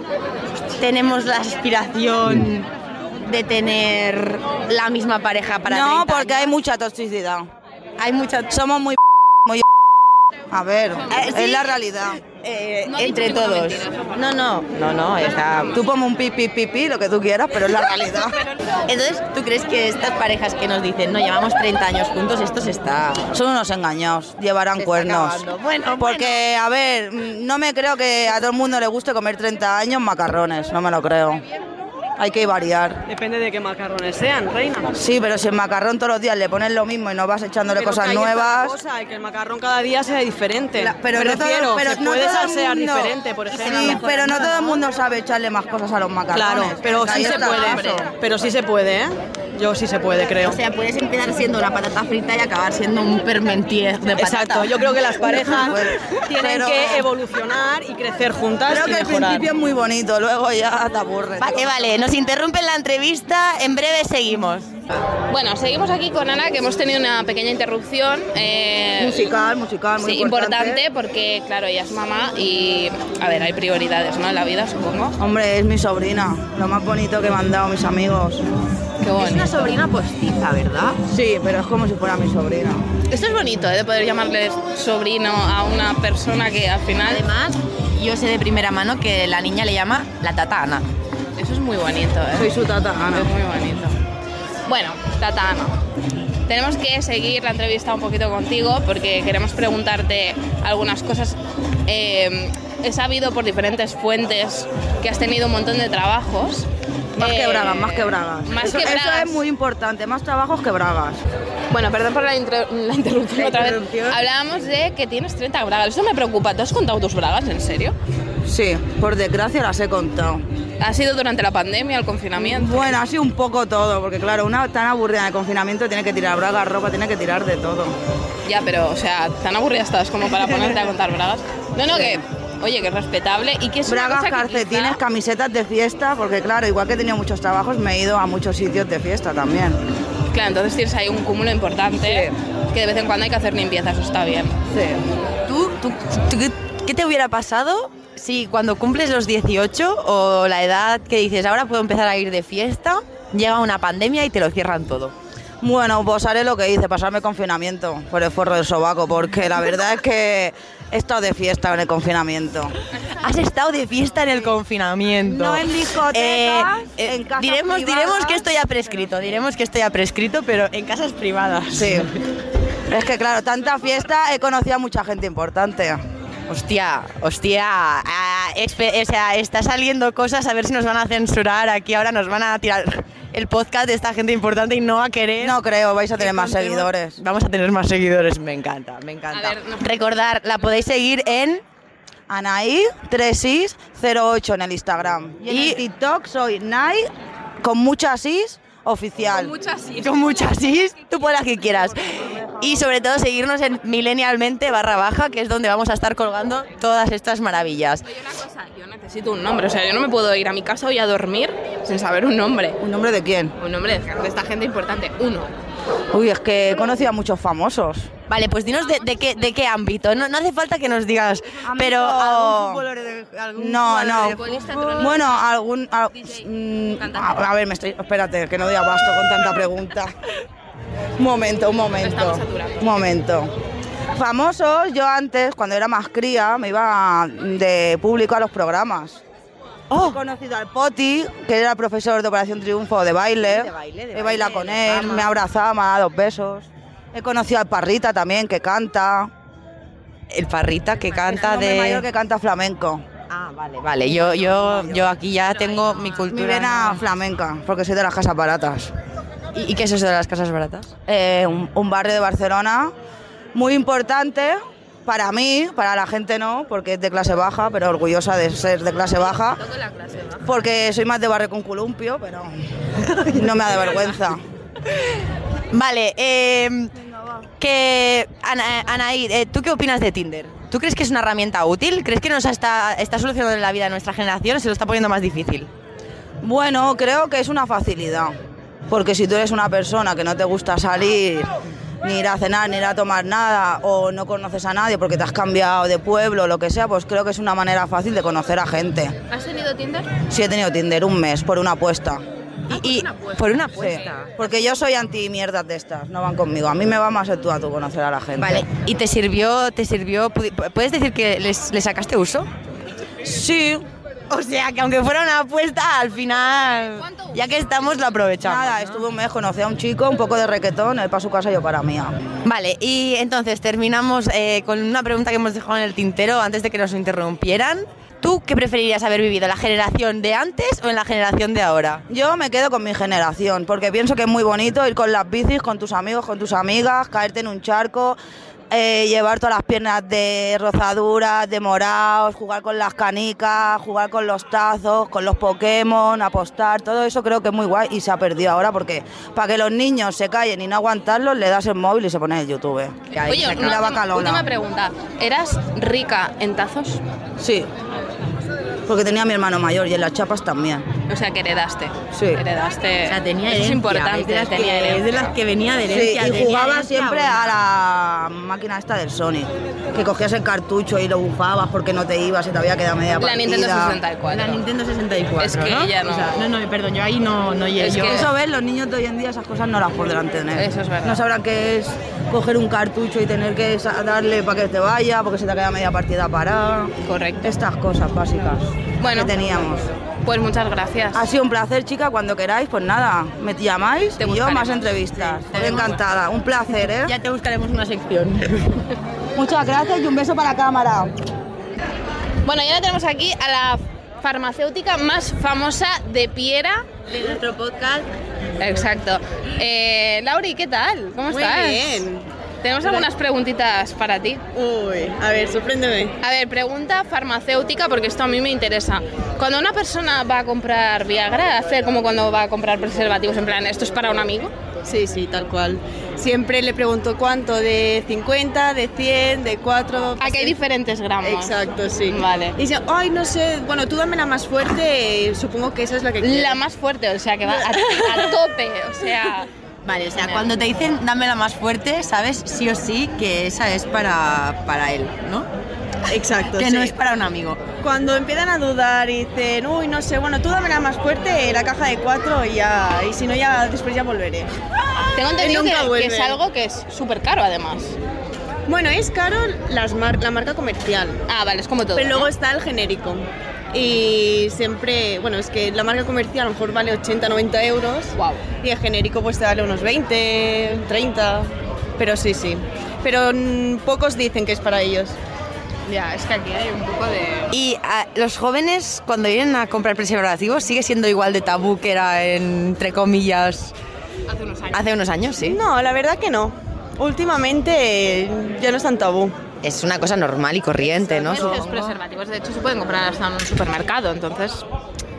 Speaker 6: tenemos la aspiración de tener la misma pareja para
Speaker 11: no,
Speaker 6: 30
Speaker 11: porque hay
Speaker 6: años?
Speaker 11: mucha toxicidad.
Speaker 6: hay mucha...
Speaker 11: Somos muy. muy a ver,
Speaker 6: Eh, sí.
Speaker 11: es la realidad.
Speaker 6: eh,
Speaker 16: No ha dicho
Speaker 6: entre
Speaker 16: ninguna
Speaker 6: todos.
Speaker 16: mentira, eso
Speaker 6: No, no, no, no, está...
Speaker 11: Tú ponme un pipi pipi, lo que tú quieras, pero es la realidad.
Speaker 6: Entonces, ¿tú crees que estas parejas que nos dicen, no, llevamos 30 años juntos, esto se está...
Speaker 11: Son unos engañados, llevarán
Speaker 6: está
Speaker 11: cuernos.
Speaker 6: acabando. Bueno,
Speaker 11: Porque, a ver, mm, no me creo que a todo el mundo le guste comer 30 años macarrones, no me lo creo. Hay que variar.
Speaker 7: Depende de qué macarrones sean, reina.
Speaker 11: Sí, pero si el macarrón todos los días le pones lo mismo y no vas echándole
Speaker 7: Pero
Speaker 11: cosas
Speaker 7: que ahí está la
Speaker 11: nuevas.
Speaker 7: cosa, y que el macarrón cada día sea diferente.
Speaker 11: La- pero
Speaker 7: Me
Speaker 11: no todo-
Speaker 7: refiero,
Speaker 11: pero
Speaker 7: se
Speaker 11: no
Speaker 7: puede
Speaker 11: todo el
Speaker 7: salsear
Speaker 11: mundo.
Speaker 7: diferente, por ejemplo.
Speaker 11: Sí, pero no todo el mundo sabe echarle más cosas a los macarrones.
Speaker 7: Claro, pero
Speaker 11: Ahí
Speaker 7: sí se
Speaker 11: está el
Speaker 7: puede.
Speaker 11: caso.
Speaker 7: Pero sí se puede, ¿eh? Yo sí se puede, creo.
Speaker 6: puedes empezar siendo una patata frita y acabar siendo un permentier de Pues,
Speaker 7: Exacto, yo creo que las parejas tienen
Speaker 11: Pero-
Speaker 7: que evolucionar y crecer juntas
Speaker 11: Creo
Speaker 7: y
Speaker 11: que el
Speaker 7: mejorar.
Speaker 11: principio es muy bonito, luego ya te aburre.
Speaker 6: Vale, vale, nos interrumpen la entrevista, en breve seguimos.
Speaker 5: Bueno, seguimos aquí con Ana, que hemos tenido una pequeña interrupción. eh,
Speaker 11: Musical, musical, muy
Speaker 5: Sí, importante porque, claro, ella es mamá y, a ver, hay prioridades, ¿no? En la vida, supongo.
Speaker 11: Hombre, es mi sobrina, lo más bonito que me han dado mis amigos.
Speaker 5: Qué bonito.
Speaker 6: sobrina postiza, ¿verdad?
Speaker 11: Sí, pero es como si fuera mi sobrina.
Speaker 5: Esto es bonito, ¿eh? De poder llamarle sobrino a una persona que al final...
Speaker 6: Además, yo sé de primera mano que la niña le llama la tata Ana.
Speaker 5: Eso es muy bonito, ¿eh?
Speaker 11: Soy su tata Ana.
Speaker 5: Es muy bonito. Bueno, Tata Ana, tenemos que seguir la entrevista un poquito contigo porque queremos preguntarte algunas cosas. Eh, he sabido por diferentes fuentes que has tenido un montón de trabajos.
Speaker 11: Más
Speaker 5: Eh,
Speaker 11: que Bragas, más que Bragas.
Speaker 5: Más
Speaker 11: eso,
Speaker 5: que
Speaker 11: eso
Speaker 5: Bragas.
Speaker 11: es muy importante, más trabajos que Bragas.
Speaker 5: Bueno, perdón por la, inter- la interrupción
Speaker 11: La
Speaker 5: otra vez.
Speaker 11: interrupción.
Speaker 5: Hablábamos de que tienes 30 bragas. Eso me preocupa. ¿Te has contado tus bragas, en serio?
Speaker 11: Sí, por desgracia las he contado.
Speaker 5: ¿Ha sido durante la pandemia, el confinamiento?
Speaker 11: Bueno, así un poco todo, porque claro, una tan aburrida en el confinamiento tiene que tirar bragas, ropa, tiene que tirar de todo.
Speaker 5: Ya, pero, o sea, tan aburrida estás como para ponerte a contar bragas. No, no, que, oye, que es respetable y que es una
Speaker 11: Bragas,
Speaker 5: cosa que
Speaker 11: calcetines,
Speaker 5: quizá-
Speaker 11: camisetas de fiesta, porque claro, igual que he tenido muchos trabajos, me he ido a muchos sitios de fiesta también.
Speaker 5: Claro, entonces tienes ahí un cúmulo importante que de vez en cuando hay que hacer limpieza, eso está bien.
Speaker 6: ¿Tú, tú, tú qué- qué te hubiera pasado si cuando cumples los 18 o la edad que dices ahora puedo empezar a ir de fiesta, llega una pandemia y te lo cierran todo?
Speaker 11: Bueno, pues haré lo que hice, pasarme confinamiento por el forro del sobaco, porque la verdad es que he estado de fiesta en el confinamiento.
Speaker 6: Has estado de fiesta en el confinamiento. Eh,
Speaker 11: No en discotecas, en casas
Speaker 6: diremos,
Speaker 11: privadas.
Speaker 6: diremos que esto ya prescrito, diremos que esto ya prescrito, pero en casas privadas.
Speaker 11: Sí. Es que claro, tanta fiesta he conocido a mucha gente importante.
Speaker 6: Hostia, hostia, ah, expe- o sea, está saliendo cosas, a ver si nos van a censurar aquí, ahora nos van a tirar el podcast de esta gente importante y no a querer... No
Speaker 11: creo, vais a tener
Speaker 6: más seguidores. Vamos a tener más seguidores, me encanta, me encanta. Recordar, la podéis seguir en...
Speaker 11: Anaí3608 en el Instagram. Y, en el TikTok soy Nai con muchas is oficial.
Speaker 6: Con muchas is, tú pon las que quieras. Y sobre todo seguirnos en milenialmente barra baja, que es donde vamos a estar colgando todas estas maravillas.
Speaker 5: Necesito un nombre, o sea, yo no me puedo ir a mi casa hoy a dormir sin saber un nombre.
Speaker 11: ¿Un nombre de quién?
Speaker 5: Un nombre de, de esta gente importante, uno.
Speaker 11: Uy, es que he conocido a muchos famosos.
Speaker 6: Vale, pues dinos de, de qué, de qué ámbito. No, no hace falta que nos digas, pero... algún futbolero de- algún
Speaker 11: No,
Speaker 6: futbolero
Speaker 11: no.
Speaker 6: de fútbol.
Speaker 11: Bueno, algún. al- mm, a, a ver, me estoy. Espérate, que no doy abasto con tanta pregunta. Un momento, un momento. Un momento. Famosos, yo antes, cuando era más cría, me iba de público a los programas.
Speaker 6: Oh.
Speaker 11: He conocido al Poti, que era profesor de Operación Triunfo de baile.
Speaker 6: De baile, de
Speaker 11: He bailado
Speaker 6: baile,
Speaker 11: con
Speaker 6: de
Speaker 11: él,
Speaker 6: fama.
Speaker 11: me abrazaba, me ha dado dos besos. He conocido al Parrita también, que canta.
Speaker 6: El Parrita que
Speaker 11: El
Speaker 6: canta
Speaker 11: hombre mayor
Speaker 6: de...
Speaker 11: que canta flamenco.
Speaker 6: Ah, vale, Vale, yo, yo, yo aquí ya tengo mi
Speaker 11: Mi
Speaker 6: cultura.
Speaker 11: vena
Speaker 6: ¿no?
Speaker 11: flamenca, porque soy de las casas baratas.
Speaker 6: ¿Y, y qué es eso de las casas baratas?
Speaker 11: Eh, un, un barrio de Barcelona muy importante para mí, para la gente no, porque es de clase baja, pero orgullosa de ser de clase baja, porque soy más de barrio con columpio, pero no me da vergüenza.
Speaker 6: Vale, eh, que Ana- Anaí, eh, ¿tú qué opinas de Tinder? ¿Tú crees que es una herramienta útil? ¿Crees que nos está, está solucionando la vida a nuestra generación o se lo está poniendo más difícil?
Speaker 11: Bueno, creo que es una facilidad, porque si tú eres una persona que no te gusta salir, ni ir a cenar, ni ir a tomar nada, o no conoces a nadie porque te has cambiado de pueblo o lo que sea, pues creo que es una manera fácil de conocer a gente.
Speaker 5: ¿Has tenido Tinder?
Speaker 11: Sí, he tenido Tinder un mes por una apuesta.
Speaker 6: y, por Ah, pues una apuesta.
Speaker 11: porque yo soy anti mierdas de estas, no van conmigo. A mí me va más el tú a tú conocer a la gente.
Speaker 6: Vale, ¿y te sirvió, te sirvió, pudi- puedes decir que les- le sacaste uso?
Speaker 11: Sí.
Speaker 6: O sea, que aunque fuera una apuesta, al final, ya que estamos, lo aprovechamos.
Speaker 11: Nada, estuve un mes, conocí a un chico, un poco de requetón, él para su casa, yo para mía.
Speaker 6: Vale, y entonces terminamos eh, con una pregunta que hemos dejado en el tintero antes de que nos interrumpieran. ¿Tú qué preferirías haber vivido, la generación de antes o en la generación de ahora?
Speaker 11: Yo me quedo con mi generación, porque pienso que es muy bonito ir con las bicis, con tus amigos, con tus amigas, caerte en un charco, eh, llevar todas las piernas de rozaduras, de morados, jugar con las canicas, jugar con los tazos, con los Pokémon, apostar, todo eso creo que es muy guay y se ha perdido ahora porque para que los niños se callen y no aguantarlos, le das el móvil y se pone el YouTube.
Speaker 5: Oye,
Speaker 11: Y
Speaker 5: una
Speaker 11: la
Speaker 5: última-
Speaker 11: bacalona.
Speaker 5: última pregunta. ¿Eras rica en tazos?
Speaker 11: Sí, porque tenía a mi hermano mayor y en las chapas también.
Speaker 5: O sea, que heredaste.
Speaker 11: Sí.
Speaker 5: Heredaste. Eso es importante, tenía herencia.
Speaker 11: Sí, y jugaba siempre a la máquina esta del Sony. Que cogías el cartucho y lo bufabas porque no te ibas y te había quedado media
Speaker 5: La
Speaker 11: partida.
Speaker 5: Nintendo 64. La
Speaker 6: Nintendo 64.
Speaker 5: Es que ya no.
Speaker 6: perdón, yo ahí no, no
Speaker 5: llegué. Es que-
Speaker 11: Eso ves, los niños de hoy en día esas cosas no las podrán tener.
Speaker 5: Eso es verdad.
Speaker 11: No sabrán qué es coger un cartucho y tener que sa- darle para que te vaya, porque se te queda media partida parada.
Speaker 5: Correcto.
Speaker 11: Estas cosas básicas
Speaker 5: Bueno.
Speaker 11: que teníamos.
Speaker 5: Pues muchas gracias.
Speaker 11: Ha sido un placer, chica. Cuando queráis, pues nada, me llamáis y yo más
Speaker 5: buscaremos.
Speaker 11: entrevistas. Estoy encantada. Un placer, ¿eh?
Speaker 6: Ya te buscaremos una sección.
Speaker 11: Muchas gracias y un beso para la cámara.
Speaker 5: Bueno, y ahora tenemos aquí a la farmacéutica más famosa de Piera. De nuestro podcast. Exacto. Eh, Lauri, ¿qué tal? ¿Cómo
Speaker 7: Muy
Speaker 5: estás?
Speaker 7: bien.
Speaker 5: Tenemos
Speaker 7: Hola.
Speaker 5: algunas preguntitas para ti.
Speaker 7: Uy, a ver, sorpréndeme.
Speaker 5: A ver, pregunta farmacéutica porque esto a mí me interesa. Cuando una persona va a comprar Viagra, hace como cuando va a comprar preservativos, en plan, ¿esto es para un amigo?
Speaker 7: Sí, sí, tal cual. Siempre le pregunto cuánto, de 50, de 100, de 4...
Speaker 5: Aquí hay diferentes gramos.
Speaker 7: Exacto, sí.
Speaker 5: Vale.
Speaker 7: Y dice, ay, no sé, bueno, tú dame la más fuerte, eh, supongo que esa es la que
Speaker 5: La más fuerte, o sea, que va a, a tope, o sea,
Speaker 6: Vale, o sea, cuando te dicen dame la más fuerte, sabes sí o sí que esa es para, para él, ¿no?
Speaker 7: Exacto.
Speaker 6: que no
Speaker 7: sí.
Speaker 6: es para un amigo.
Speaker 7: Cuando empiezan a dudar y dicen, uy, no sé, bueno, tú dame la más fuerte, la caja de cuatro y ya, y si no, ya después ya volveré.
Speaker 5: Tengo entendido
Speaker 7: Nunca
Speaker 5: que, que
Speaker 7: vuelve.
Speaker 5: es algo que es súper caro además.
Speaker 7: Bueno, es caro las mar- la marca comercial.
Speaker 5: Ah, vale, es como todo.
Speaker 7: Pero
Speaker 5: ¿no?
Speaker 7: luego está el genérico. Y siempre, bueno, es que la marca comercial a lo mejor vale 80, 90 euros. Y el genérico pues te vale unos 20, 30. Pero sí, sí. Pero mm, pocos dicen que es para ellos.
Speaker 5: Ya, es que aquí hay un poco de...
Speaker 6: Y ah, los jóvenes cuando vienen a comprar preservativos sigue siendo igual de tabú que era entre comillas
Speaker 5: hace unos años.
Speaker 6: Hace unos años, sí.
Speaker 7: No, la verdad que no. Últimamente eh, ya no es tan tabú.
Speaker 6: Es una cosa normal y corriente, ¿no?
Speaker 5: Los preservativos, de hecho, se pueden comprar hasta en un supermercado, entonces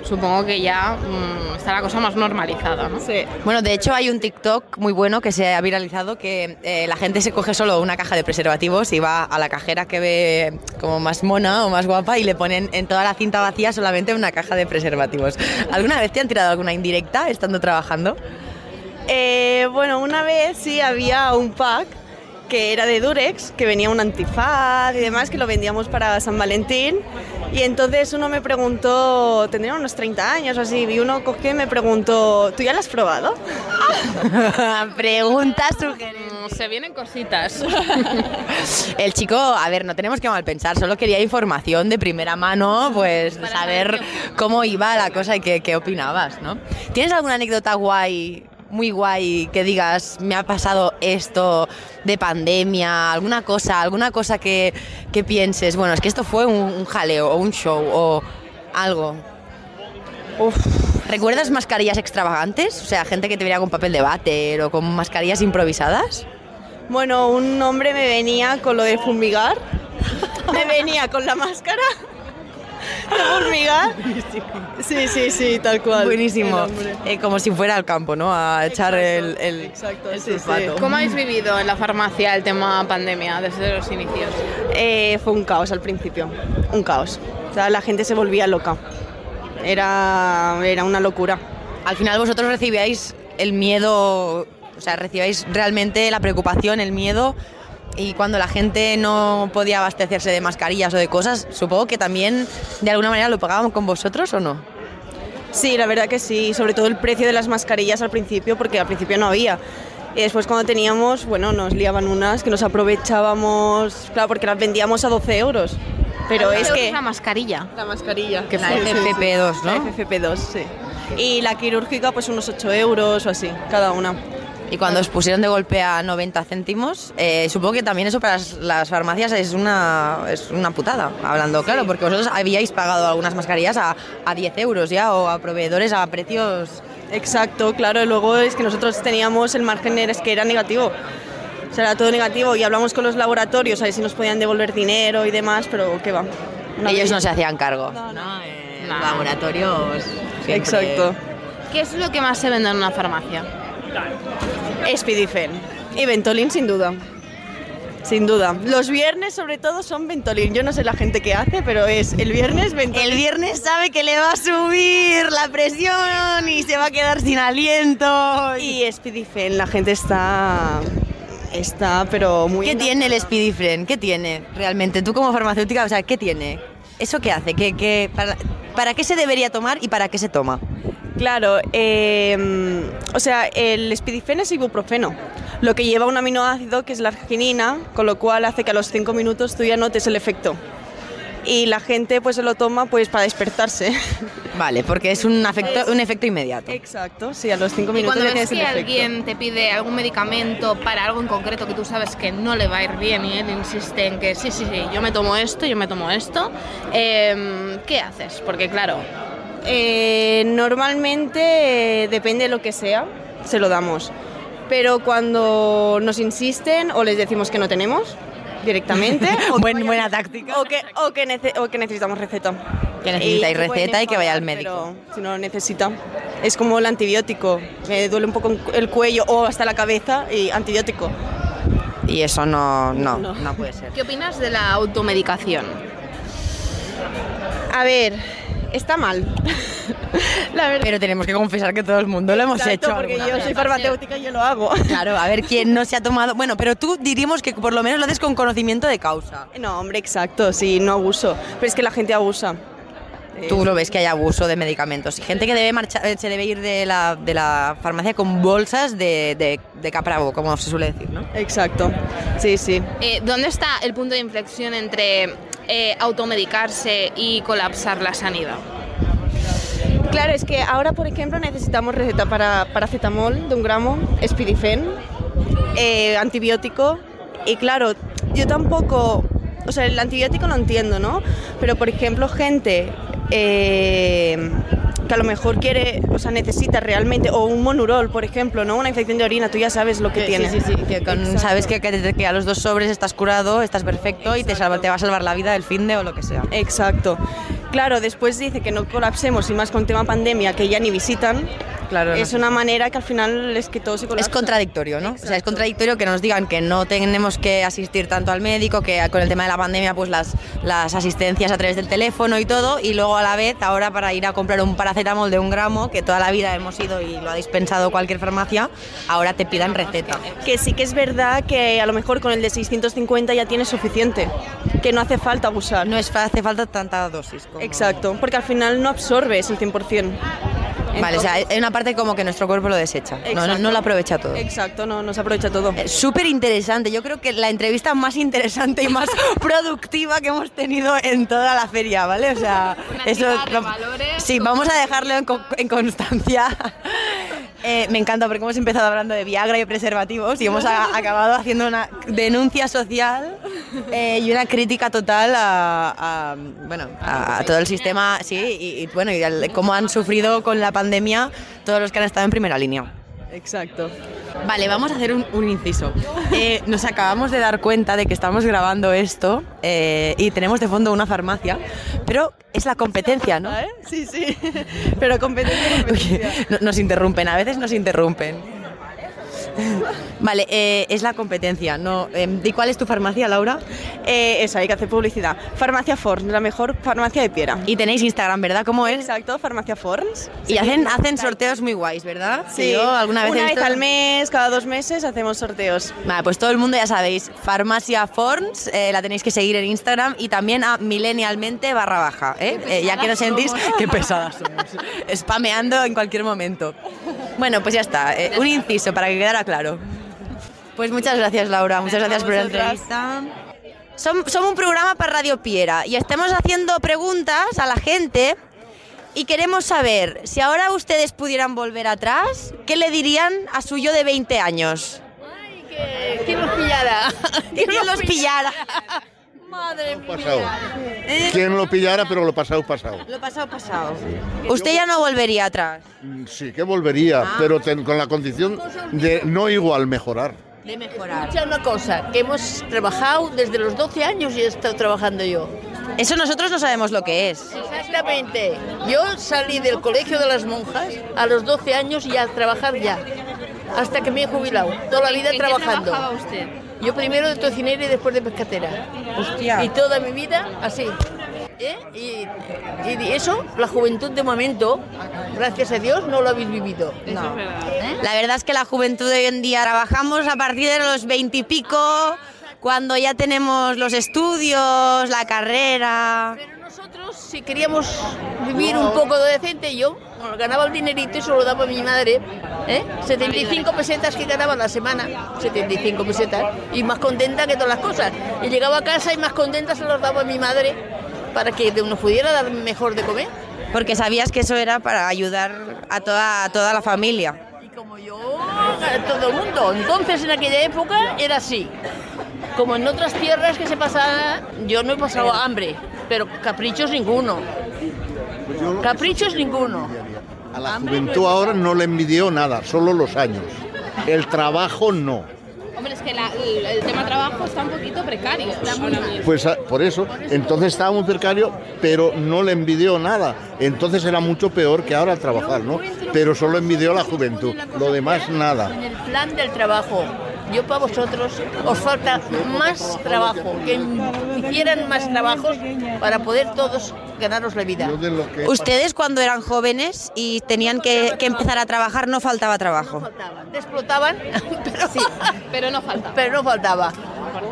Speaker 5: supongo que ya mm, está la cosa más normalizada, ¿no?
Speaker 7: Sí.
Speaker 6: Bueno, de hecho hay un TikTok muy bueno que se ha viralizado que eh, la gente se coge solo una caja de preservativos y va a la cajera que ve como más mona o más guapa y le ponen en toda la cinta vacía solamente una caja de preservativos. ¿Alguna vez te han tirado alguna indirecta estando trabajando?
Speaker 7: Eh, bueno, una vez sí había un pack que era de Durex, que venía un antifaz y demás, que lo vendíamos para San Valentín. Y entonces uno me preguntó, tendría unos 30 años o así, y uno cogió y me preguntó, ¿tú ya lo has probado?
Speaker 6: Preguntas
Speaker 5: Mm, Se vienen cositas.
Speaker 6: El chico, a ver, no tenemos que mal pensar, solo quería información de primera mano, pues de saber cómo iba la cosa y qué, qué opinabas, ¿no? ¿Tienes alguna anécdota guay, muy guay, que digas, me ha pasado esto de pandemia, alguna cosa, alguna cosa que, que pienses, bueno, es que esto fue un, un jaleo o un show o algo? ¿Recuerdas mascarillas extravagantes? O sea, gente que te venía con papel de váter o con mascarillas improvisadas.
Speaker 7: Bueno, un hombre me venía con lo de fumigar, me venía con la máscara de fumigar. Sí, sí, sí, tal cual.
Speaker 6: Buenísimo.
Speaker 7: El hombre.
Speaker 6: Eh, como si fuera al campo, ¿no? A echar el, el- el sulfato.
Speaker 5: ¿Cómo habéis vivido en la farmacia el tema pandemia desde los inicios?
Speaker 7: Eh, fue un caos al principio, un caos. O sea, la gente se volvía loca. Era, era una locura.
Speaker 6: Al final vosotros recibíais el miedo, o sea, recibíais realmente la preocupación, el miedo. Y cuando la gente no podía abastecerse de mascarillas o de cosas, supongo que también de alguna manera lo pagábamos con vosotros o no.
Speaker 7: Sí, la verdad que sí. Sobre todo el precio de las mascarillas al principio, porque al principio no había. Y después cuando teníamos, bueno, nos liaban unas que nos aprovechábamos, claro, porque las vendíamos a 12 euros. Pero
Speaker 5: Ah,
Speaker 7: es que...
Speaker 5: La mascarilla.
Speaker 7: La mascarilla.
Speaker 6: La FFP2, ¿no?
Speaker 7: La FFP2, sí. Y la quirúrgica, pues unos 8 euros o así, cada una.
Speaker 6: Y cuando os pusieron de golpe a 90 céntimos, eh, supongo que también eso para las, las farmacias es una, es una putada, hablando claro, porque vosotros habíais pagado algunas mascarillas a, a 10 euros ya o a proveedores a precios...
Speaker 7: Exacto, claro, y luego es que nosotros teníamos el margen era- es que era negativo. O sea, era todo negativo y hablamos con los laboratorios a ver si nos podían devolver dinero y demás, pero qué va. Una
Speaker 6: Ellos
Speaker 7: vez-
Speaker 6: no se hacían cargo.
Speaker 7: No,
Speaker 6: no. Laboratorios. siempre-
Speaker 7: Exacto.
Speaker 5: ¿Qué es lo que más se vende en una farmacia?
Speaker 7: Spidifen y Ventolin sin duda. Sin duda. Los viernes sobre todo son Ventolin. Yo no sé la gente que hace, pero es el viernes Ventolin.
Speaker 6: El viernes sabe que le va a subir la presión y se va a quedar sin aliento.
Speaker 7: Y Spidifen, la gente está está pero muy
Speaker 6: ¿Qué tiene el Spidifen? ¿Qué tiene realmente? Tú como farmacéutica, o sea, ¿qué tiene? ¿Eso qué hace? ¿Qué, qué- para, ¿Para qué se debería tomar y para qué se toma?
Speaker 7: Claro, eh, o sea, el espidifen es ibuprofeno, lo que lleva un aminoácido que es la arginina, con lo cual hace que a los 5 minutos tú ya notes el efecto. Y la gente pues se lo toma pues para despertarse.
Speaker 6: Vale, porque es un, afecto, un efecto inmediato.
Speaker 7: Exacto, sí, a los 5
Speaker 5: Y
Speaker 7: minutos
Speaker 5: cuando
Speaker 7: ya
Speaker 5: ves
Speaker 7: tienes el
Speaker 5: que
Speaker 7: efecto.
Speaker 5: alguien te pide algún medicamento para algo en concreto que tú sabes que no le va a ir bien y él insiste en que sí, sí, sí, yo me tomo esto, yo me tomo esto, em, ¿qué haces? Porque claro,
Speaker 7: Eh, normalmente eh, depende de lo que sea, se lo damos. Pero cuando nos insisten o les decimos que no tenemos directamente. o que
Speaker 6: Buen- buena táctica.
Speaker 7: O que, o que nece- o que necesitamos receta.
Speaker 6: Que necesitáis
Speaker 7: Y te pueden
Speaker 6: receta y que vaya al
Speaker 7: enfadar,
Speaker 6: médico.
Speaker 7: pero si no lo necesita. Es como el antibiótico. Me duele un poco el cuello o hasta la cabeza y antibiótico.
Speaker 6: Y eso no, no,
Speaker 7: No.
Speaker 6: no puede ser.
Speaker 5: ¿qué opinas de la automedicación?
Speaker 7: A ver, está mal.
Speaker 6: Pero tenemos que confesar que todo el mundo lo hemos
Speaker 7: Exacto,
Speaker 6: hecho.
Speaker 7: porque
Speaker 6: alguna
Speaker 7: yo
Speaker 6: vez.
Speaker 7: soy farmacéutica y yo lo hago.
Speaker 6: Claro, a ver quién no se ha tomado. Bueno, pero tú diríamos que por lo menos lo haces con conocimiento de causa.
Speaker 7: No, hombre, exacto, sí, no abuso. Pero es que la gente abusa. Eh,
Speaker 6: Tú lo ves que hay abuso de medicamentos. Y gente que debe marchar, eh, se debe ir de la, de la farmacia con bolsas de, de, de capravo, como se suele decir, ¿no?
Speaker 7: Exacto. Sí, sí.
Speaker 5: Eh, ¿Dónde está el punto de inflexión entre eh, automedicarse y colapsar la sanidad?
Speaker 7: Claro, es que ahora, por ejemplo, necesitamos receta para paracetamol de un gramo, espidifen, eh, antibiótico. Y claro, yo tampoco, o sea, el antibiótico lo entiendo, ¿no? Pero, por ejemplo, gente eh, que a lo mejor quiere, o sea, necesita realmente, o un monurol, por ejemplo, ¿no? Una infección de orina, tú ya sabes lo que
Speaker 6: Sí,
Speaker 7: tiene.
Speaker 6: sí, sí, sí, que con-
Speaker 7: Exacto.
Speaker 6: sabes que, que- que a los dos sobres estás curado, estás perfecto y te, salva- te va a salvar la vida del fin de o lo que sea.
Speaker 7: Exacto. Claro, después dice que no colapsemos y más con tema pandemia, que ya ni visitan.
Speaker 6: Claro.
Speaker 7: Es una manera que al final es que todo se colapsa.
Speaker 6: Es contradictorio, ¿no? O sea, es contradictorio que nos digan que no tenemos que asistir tanto al médico, que con el tema de la pandemia, pues las, las asistencias a través del teléfono y todo, y luego a la vez, ahora para ir a comprar un paracetamol de un gramo, que toda la vida hemos ido y lo ha dispensado cualquier farmacia, ahora te pidan receta.
Speaker 7: Que sí que es verdad que a lo mejor con el de 650 ya tienes suficiente, que no hace falta abusar.
Speaker 6: No es, hace falta tanta dosis.
Speaker 7: Exacto, porque al final no absorbes el 100%.
Speaker 6: Vale, o sea, hay una parte como que nuestro cuerpo lo desecha, no, no, no lo aprovecha todo.
Speaker 7: Exacto, no, no se aprovecha todo.
Speaker 6: Súper interesante, Eh, yo creo que la entrevista más interesante y más productiva que hemos tenido en toda la feria, ¿vale? O sea, eso... Sí, vamos a dejarlo en, co- en constancia. Eh, me encanta porque hemos empezado hablando de Viagra y preservativos y hemos a- acabado haciendo una denuncia social eh, y una crítica total a, a, bueno, a, a todo el sistema, sí, y, y, bueno, y al- cómo han sufrido con la pandemia todos los que han estado en primera línea.
Speaker 7: Exacto.
Speaker 6: Vale, vamos a hacer un, un inciso. Eh, nos acabamos de dar cuenta de que estamos grabando esto eh, y tenemos de fondo una farmacia, pero es la competencia, ¿no?
Speaker 7: ¿Eh? Sí, sí, pero competencia, competencia.
Speaker 6: No- Nos interrumpen, a veces nos interrumpen. Vale, eh, es la competencia, ¿no? eh, ¿Y cuál es tu farmacia, Laura?
Speaker 7: Eh, esa, hay que hacer publicidad. Farmacia Forns, la mejor farmacia de Piera.
Speaker 6: Y tenéis Instagram, ¿verdad? ¿Cómo es?
Speaker 7: Exacto, Farmacia Forns.
Speaker 6: Y hacen, hacen sorteos muy guays, ¿verdad?
Speaker 7: Sí,
Speaker 6: Que yo alguna vez he
Speaker 7: una vez
Speaker 6: visto-
Speaker 7: al mes, cada dos meses hacemos sorteos.
Speaker 6: Vale, pues todo el mundo ya sabéis, Farmacia Forns, eh, la tenéis que seguir en Instagram y también a milenialmente barra baja, ¿eh? Eh, ya que nos sentís, qué pesadas somos, spameando en cualquier momento. Bueno, pues ya está, eh, un inciso para que quedara claro. Pues muchas gracias Laura, muchas gracias por la entrevista. Som- Somos un programa para Radio Piera y estamos haciendo preguntas a la gente y queremos saber, si ahora ustedes pudieran volver atrás, ¿qué le dirían a su yo de 20 años?
Speaker 5: ¿Quién los pillara?
Speaker 6: ¿Quién los pillara?
Speaker 5: Madre mía.
Speaker 17: Pasado.
Speaker 6: Eh.
Speaker 17: Quien lo pillara, pero lo pasado, pasado.
Speaker 6: Lo pasado, pasado. Usted ya no volvería atrás.
Speaker 17: Mm, Sí que volvería, pero ten- con la condición de no igual mejorar.
Speaker 16: de mejorar. Escucha una cosa, que hemos trabajado desde los 12 años y he estado trabajando yo.
Speaker 6: Eso nosotros no sabemos lo que es.
Speaker 16: Exactamente. Yo salí del colegio de las monjas a los 12 años y a trabajar ya, hasta que me he jubilado. Toda la vida
Speaker 5: ¿En qué
Speaker 16: trabajando.
Speaker 5: trabajaba usted?
Speaker 16: Yo primero de tocinera y después de pescatera.
Speaker 6: Hostia.
Speaker 16: Y toda mi vida así. ¿Eh? Y, y eso, la juventud de momento, gracias a Dios, no lo habéis vivido. No.
Speaker 5: ¿eh?
Speaker 6: La verdad es que la juventud de hoy en día trabajamos a partir de los 20 y pico, cuando ya tenemos los estudios, la carrera.
Speaker 16: Nosotros, si queríamos vivir un poco de decente, yo bueno, ganaba el dinerito y se lo daba a mi madre. ¿eh? 75 pesetas que ganaba la semana, 75 pesetas, y más contenta que todas las cosas. Y llegaba a casa y más contenta se los daba a mi madre para que de- nos pudiera dar mejor de comer.
Speaker 6: Porque sabías que eso era para ayudar a toda, a toda la familia.
Speaker 16: a todo el mundo. Entonces, en aquella época era así. Como en otras tierras que se pasaba, yo no he pasado hambre, pero caprichos ninguno.
Speaker 17: Pues
Speaker 16: Caprichos ninguno.
Speaker 17: A
Speaker 16: Ah.
Speaker 17: la juventud ahora no le envidió nada, solo los años. El trabajo no.
Speaker 5: Hombre, es que la- el, el tema trabajo está un poquito precario. Está muy mal.
Speaker 17: Pues ah, por eso, entonces estaba muy precario, pero no le envidió nada. Entonces era mucho peor que ahora trabajar, ¿no? Pero solo envidió la juventud, lo demás nada.
Speaker 16: En el plan del trabajo, yo para vosotros os falta más trabajo, que hicieran más trabajos para poder todos ganaros la vida.
Speaker 6: Ustedes cuando eran jóvenes y tenían que, que empezar a trabajar no faltaba trabajo.
Speaker 16: Te explotaban, pero, pero no faltaba. Pero no faltaba.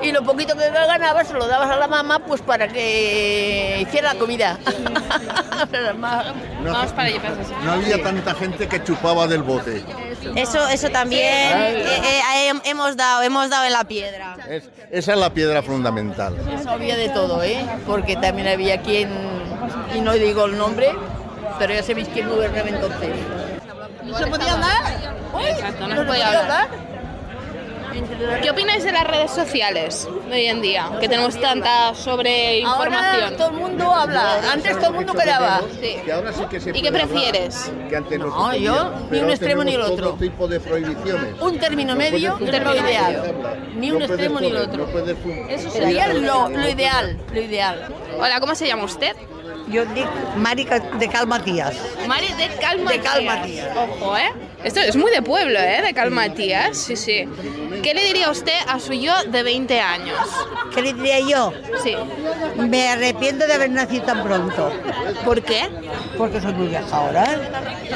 Speaker 16: Y lo poquito que ganabas se lo dabas a la mamá pues para que hiciera la comida.
Speaker 17: Vamos para No había tanta gente que chupaba del bote.
Speaker 6: Eso, eso también eh, eh, hem- hemos dado, hemos dado en la piedra.
Speaker 17: Es- esa es la piedra fundamental.
Speaker 16: Eso había de todo, ¿eh? Porque también había quien, y no digo el nombre, pero ya sabéis quién gobernaba entonces.
Speaker 5: ¿No
Speaker 16: se podía hablar?
Speaker 5: Exacto, no se
Speaker 16: ¿No se
Speaker 5: podía
Speaker 16: podía
Speaker 5: hablar. ¿Qué opináis de las redes sociales de hoy en día? Que tenemos tanta sobreinformación.
Speaker 16: Ahora todo el mundo habla. Antes todo el mundo quedaba.
Speaker 5: Sí.
Speaker 17: Que ahora sí que se
Speaker 5: ¿Y qué
Speaker 17: puede hablar,
Speaker 5: prefieres?
Speaker 17: que antes no, se
Speaker 16: No,
Speaker 17: podía,
Speaker 16: yo ni
Speaker 17: pero
Speaker 16: un
Speaker 17: ahora
Speaker 16: extremo ni
Speaker 17: tenemos
Speaker 16: el otro.
Speaker 17: Todo tipo de prohibiciones.
Speaker 16: Un término medio,
Speaker 17: puedes
Speaker 16: un término
Speaker 17: fumar,
Speaker 16: ideal.
Speaker 17: no puedes hablar,
Speaker 16: Ni un
Speaker 17: no puedes
Speaker 16: extremo ni el
Speaker 17: correr,
Speaker 16: otro.
Speaker 17: no puedes fumar.
Speaker 16: Eso sería lo, lo ideal, lo ideal.
Speaker 5: Hola, ¿cómo se llama usted?
Speaker 18: Yo digo Mari Ca- de Calmatías.
Speaker 5: Mari de Calma
Speaker 18: De Calma
Speaker 5: Ojo, ¿eh? Esto es muy de pueblo, ¿eh? De Calmatías, sí, sí. ¿Qué le diría usted a su yo de 20 años?
Speaker 18: ¿Qué le diría yo?
Speaker 5: Sí.
Speaker 18: Me arrepiento de haber nacido tan pronto.
Speaker 5: ¿Por qué?
Speaker 18: Porque soy muy vieja ahora. ¿eh?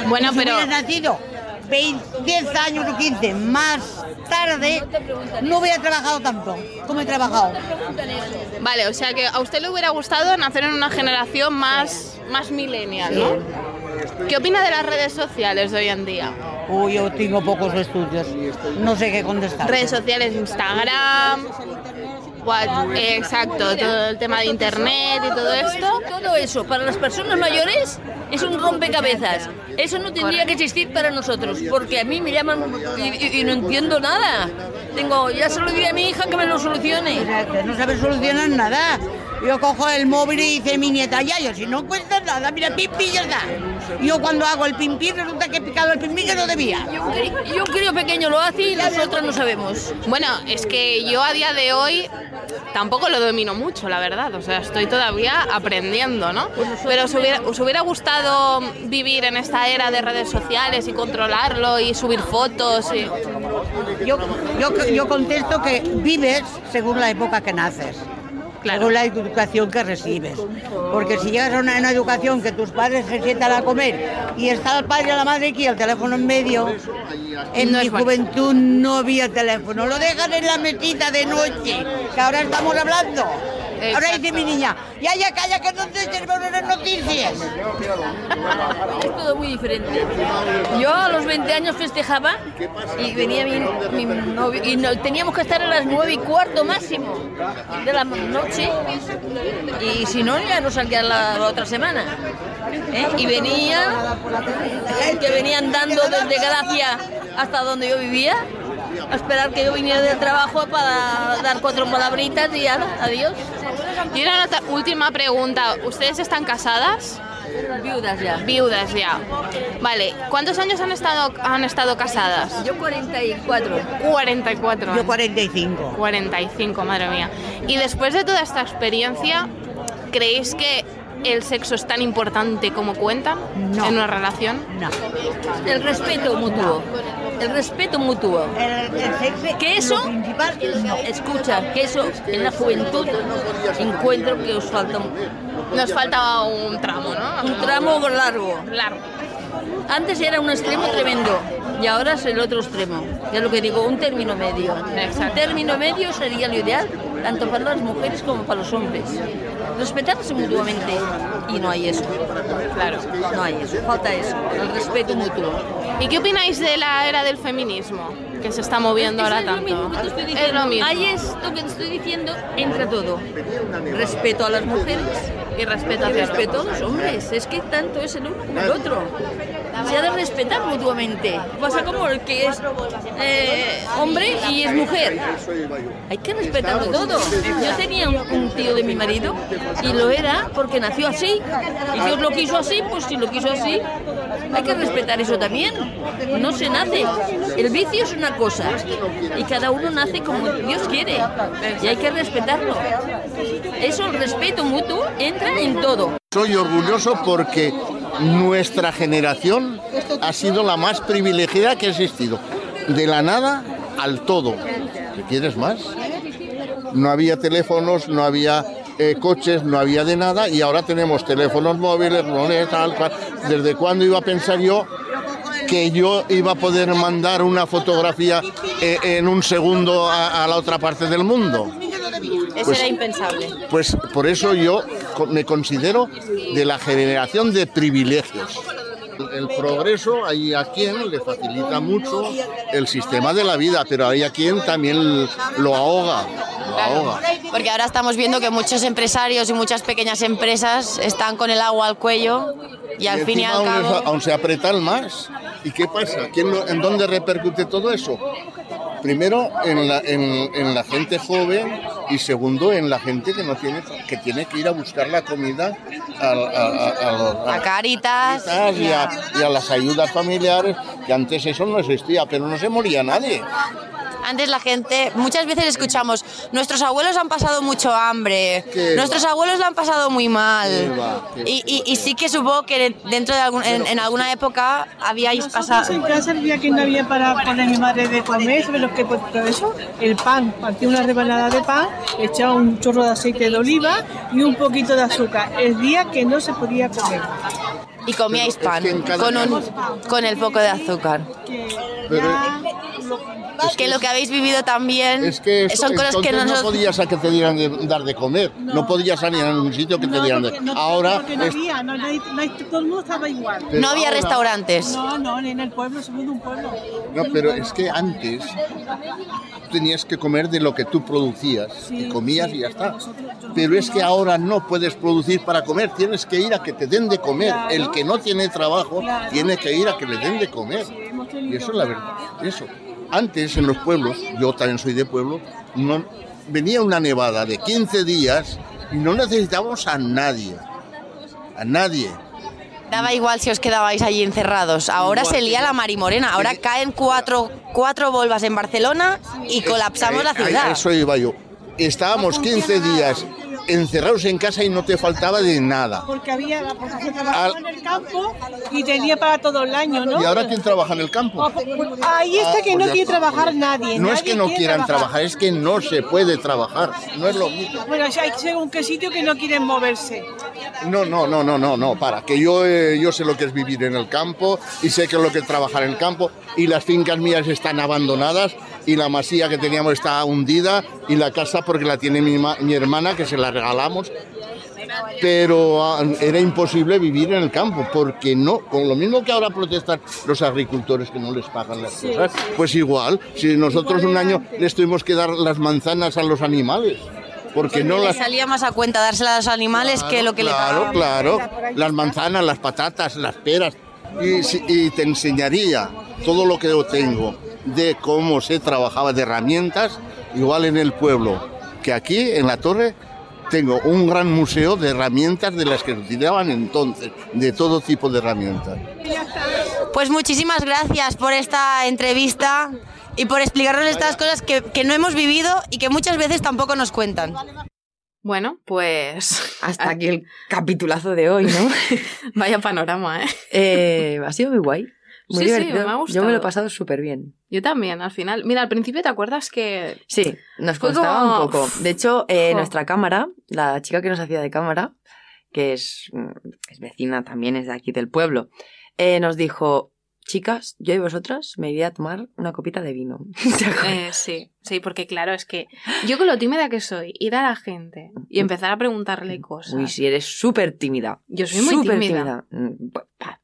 Speaker 5: Bueno,
Speaker 18: Y si
Speaker 5: pero-
Speaker 18: hubiera nacido 20, 10 años o 15 más tarde, no hubiera trabajado tanto como he trabajado.
Speaker 5: Vale, o sea que a usted le hubiera gustado nacer en una generación más, más millennial, ¿no? ¿Qué opina de las redes sociales de hoy en día?
Speaker 18: Uy, yo tengo pocos estudios. No sé qué contestar.
Speaker 5: Redes sociales, Instagram, what- eh, exacto, todo el tema de internet y todo esto.
Speaker 16: Todo eso, para las personas mayores es un rompecabezas. Eso no tendría que existir para nosotros, porque a mí me llaman y, y- y no entiendo nada. Tengo, ya se lo diré a mi hija que me lo solucione.
Speaker 18: No sabes solucionar nada. Yo cojo el móvil y dice mi nieta, ya, yo si no cuesta nada, mira, pim, pim, ya está. Yo cuando hago el pim, pim, resulta que he picado el pim, pim que no debía.
Speaker 16: Yo un crío pequeño lo hace y nosotras no sabemos.
Speaker 5: Bueno, es que yo a día de hoy tampoco lo domino mucho, la verdad. O sea, estoy todavía aprendiendo, ¿no?
Speaker 16: Pues
Speaker 5: Pero os hubiera, os hubiera gustado vivir en esta era de redes sociales y controlarlo y subir fotos y...
Speaker 18: Yo, yo, yo contesto que vives según la época que naces, según la educación que recibes. Porque si llegas a una, una educación que tus padres se sientan a comer y está el padre o la madre aquí, el teléfono en medio, en mi juventud no había teléfono. Lo dejan en la mesita de noche, que ahora estamos hablando. Ahora dice mi niña, ya, ya, calla, que no te sirven las noticias.
Speaker 16: Es todo muy diferente. Yo a los 20 años festejaba y venía mi, mi novio y no- teníamos que estar a las 9 y cuarto máximo de la noche y si no ya no salía la, la otra semana. ¿eh? Y venía, que venía andando desde Galacia hasta donde yo vivía a esperar que yo viniera del trabajo para dar cuatro palabritas y ya, adiós.
Speaker 5: Y una nota- última pregunta. ¿Ustedes están casadas?
Speaker 16: Viudas ya.
Speaker 5: Viudas ya. Vale, ¿cuántos años han estado, han estado casadas?
Speaker 16: Yo 44.
Speaker 5: 44.
Speaker 18: Yo 45.
Speaker 5: 45, madre mía. Y después de toda esta experiencia, ¿creéis que el sexo es tan importante como cuentan en una relación?
Speaker 18: No.
Speaker 16: El respeto mutuo. El respeto mutuo. que eso, escucha, que eso en la juventud encuentro que os falta un,
Speaker 5: Nos falta un tramo, ¿no?
Speaker 16: un tramo largo.
Speaker 5: Largo.
Speaker 16: Antes era un extremo tremendo y ahora es el otro extremo. Ya lo que digo, un término medio. Un término medio sería lo ideal, tanto para las mujeres como para los hombres. Respetarse mutuamente y no hay eso.
Speaker 5: Claro,
Speaker 16: no hay eso. Falta eso, el respeto mutuo.
Speaker 5: ¿Y qué opináis de la era del feminismo que se está moviendo
Speaker 16: Es
Speaker 5: ahora
Speaker 16: lo
Speaker 5: tanto?
Speaker 16: mismo que te estoy
Speaker 5: Es lo
Speaker 16: diciendo.
Speaker 5: mismo.
Speaker 16: Ahí es lo que te estoy diciendo, entra todo. Respeto a las mujeres
Speaker 5: y respeto
Speaker 16: y
Speaker 5: hacia los
Speaker 16: respeto a
Speaker 5: hombres.
Speaker 16: los hombres. Es que tanto es el uno como el otro. Se ha de respetar mutuamente. Pasa como el que Pues es eh, hombre y es mujer. Hay que respetarlo todo. Yo tenía un, un tío de mi marido y lo era porque nació así. Y Dios lo quiso así, pues si lo quiso así, hay que respetar eso también. No se nace. El vicio es una cosa y cada uno nace como Dios quiere y hay que respetarlo. Eso, el respeto mutuo, entra en todo.
Speaker 17: Soy orgulloso porque nuestra generación ha sido la más privilegiada que ha existido. De la nada al todo. ¿Qué ¿Quieres más? No había teléfonos, no había eh, coches, no había de nada y ahora tenemos teléfonos móviles, roles, tal cual. ¿Desde cuándo iba a pensar yo que yo iba a poder mandar una fotografía eh, en un segundo a, a la otra parte del mundo?
Speaker 19: Eso
Speaker 17: Pues-
Speaker 19: era impensable.
Speaker 17: Pues por eso yo co- me considero de la generación de privilegios. El progreso hay a quien le facilita mucho el sistema de la vida, pero hay a quien también lo ahoga. Lo ahoga.
Speaker 20: Porque ahora estamos viendo que muchos empresarios y muchas pequeñas empresas están con el agua al cuello y al fin y
Speaker 17: encima
Speaker 20: al
Speaker 17: aún,
Speaker 20: cabo.
Speaker 17: es- aún se apretan más. ¿Y qué pasa? ¿Quién lo- ¿En dónde repercute todo eso? Primero, en la, en- en la gente joven y segundo, en la gente que, no tiene, que tiene que ir a buscar la comida al- a- a- a- a-
Speaker 20: A Caritas.
Speaker 17: y a, y a las ayudas familiares, que antes eso no existía, pero no se moría nadie.
Speaker 20: Antes la gente, muchas veces escuchamos, nuestros abuelos han pasado mucho hambre,
Speaker 17: Qué
Speaker 20: nuestros
Speaker 17: va.
Speaker 20: abuelos lo han pasado muy mal.
Speaker 17: Qué va, qué
Speaker 20: y, y- y sí que supongo que dentro de algún- en, en alguna época habíais
Speaker 21: Nosotros en
Speaker 20: pasado...
Speaker 21: casa el día que no había para poner mi madre de comer, ¿sabes lo que todo eso? El pan, partía una rebanada de pan, echaba un chorro de aceite de oliva y un poquito de azúcar. El día que no se podía comer.
Speaker 20: Y comíais pan
Speaker 21: cada
Speaker 20: con, un-
Speaker 21: casa-
Speaker 20: con el poco de azúcar.
Speaker 17: Pero
Speaker 20: Es que lo que habéis vivido también
Speaker 17: es que eso-
Speaker 20: son cosas que
Speaker 17: entonces
Speaker 20: nosotros...
Speaker 17: no podías a que te dieran de- dar de comer, no, podías salir a un sitio que te dieran de
Speaker 21: porque no-
Speaker 17: Ahora
Speaker 21: porque no
Speaker 17: es-
Speaker 21: había, no, nadie- nadie- todo el mundo estaba igual.
Speaker 17: Pero No había ahora- restaurantes.
Speaker 21: No, no, en el pueblo, somos de un pueblo.
Speaker 17: No, pero es que antes tenías que comer de lo que tú producías, y comías y ya está. Pero es que ahora no puedes producir para comer, tienes que ir a que te den de comer.
Speaker 21: Claro.
Speaker 17: El que no tiene trabajo
Speaker 21: Claro.
Speaker 17: tiene que ir a que le den de comer. Y eso es la verdad. Eso. Antes en los pueblos, yo también soy de pueblo, no, venía una nevada de 15 días y no necesitábamos a nadie. A nadie.
Speaker 20: Daba igual si os quedabais allí encerrados. Ahora
Speaker 17: Igual.
Speaker 20: se lía la marimorena. Ahora caen cuatro, cuatro volvas en Barcelona y colapsamos la
Speaker 17: Ahí- ahí-
Speaker 20: ciudad.
Speaker 17: Eh, Eso iba yo. Estábamos 15 días encerrados en casa y no te faltaba de nada.
Speaker 21: Porque había, porque se trabajaba en el campo y tenía para todo el año, ¿no? Ah, pues,
Speaker 17: ¿Y ahora quién trabaja en el campo?
Speaker 21: Ahí está que no
Speaker 17: Ah, pues ya
Speaker 21: quiere
Speaker 17: está.
Speaker 21: trabajar nadie.
Speaker 17: No es
Speaker 21: nadie
Speaker 17: que no
Speaker 21: quiere
Speaker 17: quieran trabajar, es que no se puede trabajar. No es lo mismo.
Speaker 21: Bueno, hay según qué sitio que no quieren moverse.
Speaker 17: No, no, no, no, no, no, para. Que yo, eh, yo sé lo que es vivir en el campo y sé que es lo que es trabajar en el campo y las fincas mías están abandonadas y la masía que teníamos está hundida y la casa porque la tiene mi, ma- mi hermana que se la regalamos. Pero ah, era imposible vivir en el campo porque no, con lo mismo que ahora protestan los agricultores que no les pagan las
Speaker 21: Sí,
Speaker 17: cosas,
Speaker 21: sí.
Speaker 17: pues igual, si nosotros un año les tuvimos que dar las manzanas a los animales. Porque no
Speaker 20: le
Speaker 17: las
Speaker 20: salía más a cuenta dárselas a los animales que lo que
Speaker 17: Claro,
Speaker 20: le
Speaker 17: claro. Las manzanas, las patatas, las peras. Y, si- y te enseñaría todo lo que yo tengo de cómo se trabajaba de herramientas, igual en el pueblo, que aquí en la torre tengo un gran museo de herramientas de las que se utilizaban entonces, de todo tipo de herramientas.
Speaker 20: Pues muchísimas gracias por esta entrevista y por explicarnos estas cosas que, que no hemos vivido y que muchas veces tampoco nos cuentan.
Speaker 5: Bueno, pues.
Speaker 6: Hasta aquí el capitulazo de hoy, ¿no?
Speaker 5: Vaya panorama, ¿eh?
Speaker 6: Eh, ha sido muy guay.
Speaker 5: Sí,
Speaker 6: Muy
Speaker 5: sí,
Speaker 6: divertido.
Speaker 5: me ha
Speaker 6: Yo me
Speaker 5: gustado.
Speaker 6: lo he pasado súper bien.
Speaker 5: Yo también, al final. Mira, al principio te acuerdas que.
Speaker 6: Sí, nos
Speaker 5: Fue
Speaker 6: costaba
Speaker 5: como-
Speaker 6: un poco. De hecho, eh,
Speaker 5: Jo.
Speaker 6: nuestra cámara, la chica que nos hacía de cámara, que es, mm, es vecina también, es de aquí del pueblo, eh, nos dijo, chicas, yo y vosotras me iría a tomar una copita de vino.
Speaker 5: Eh, sí, sí, porque claro, es que yo con lo tímida que soy, ir a la gente y empezar a preguntarle cosas.
Speaker 6: Uy, si eres súper tímida.
Speaker 5: Yo soy muy
Speaker 6: Súper
Speaker 5: tímida.
Speaker 6: Mm, pa- pa-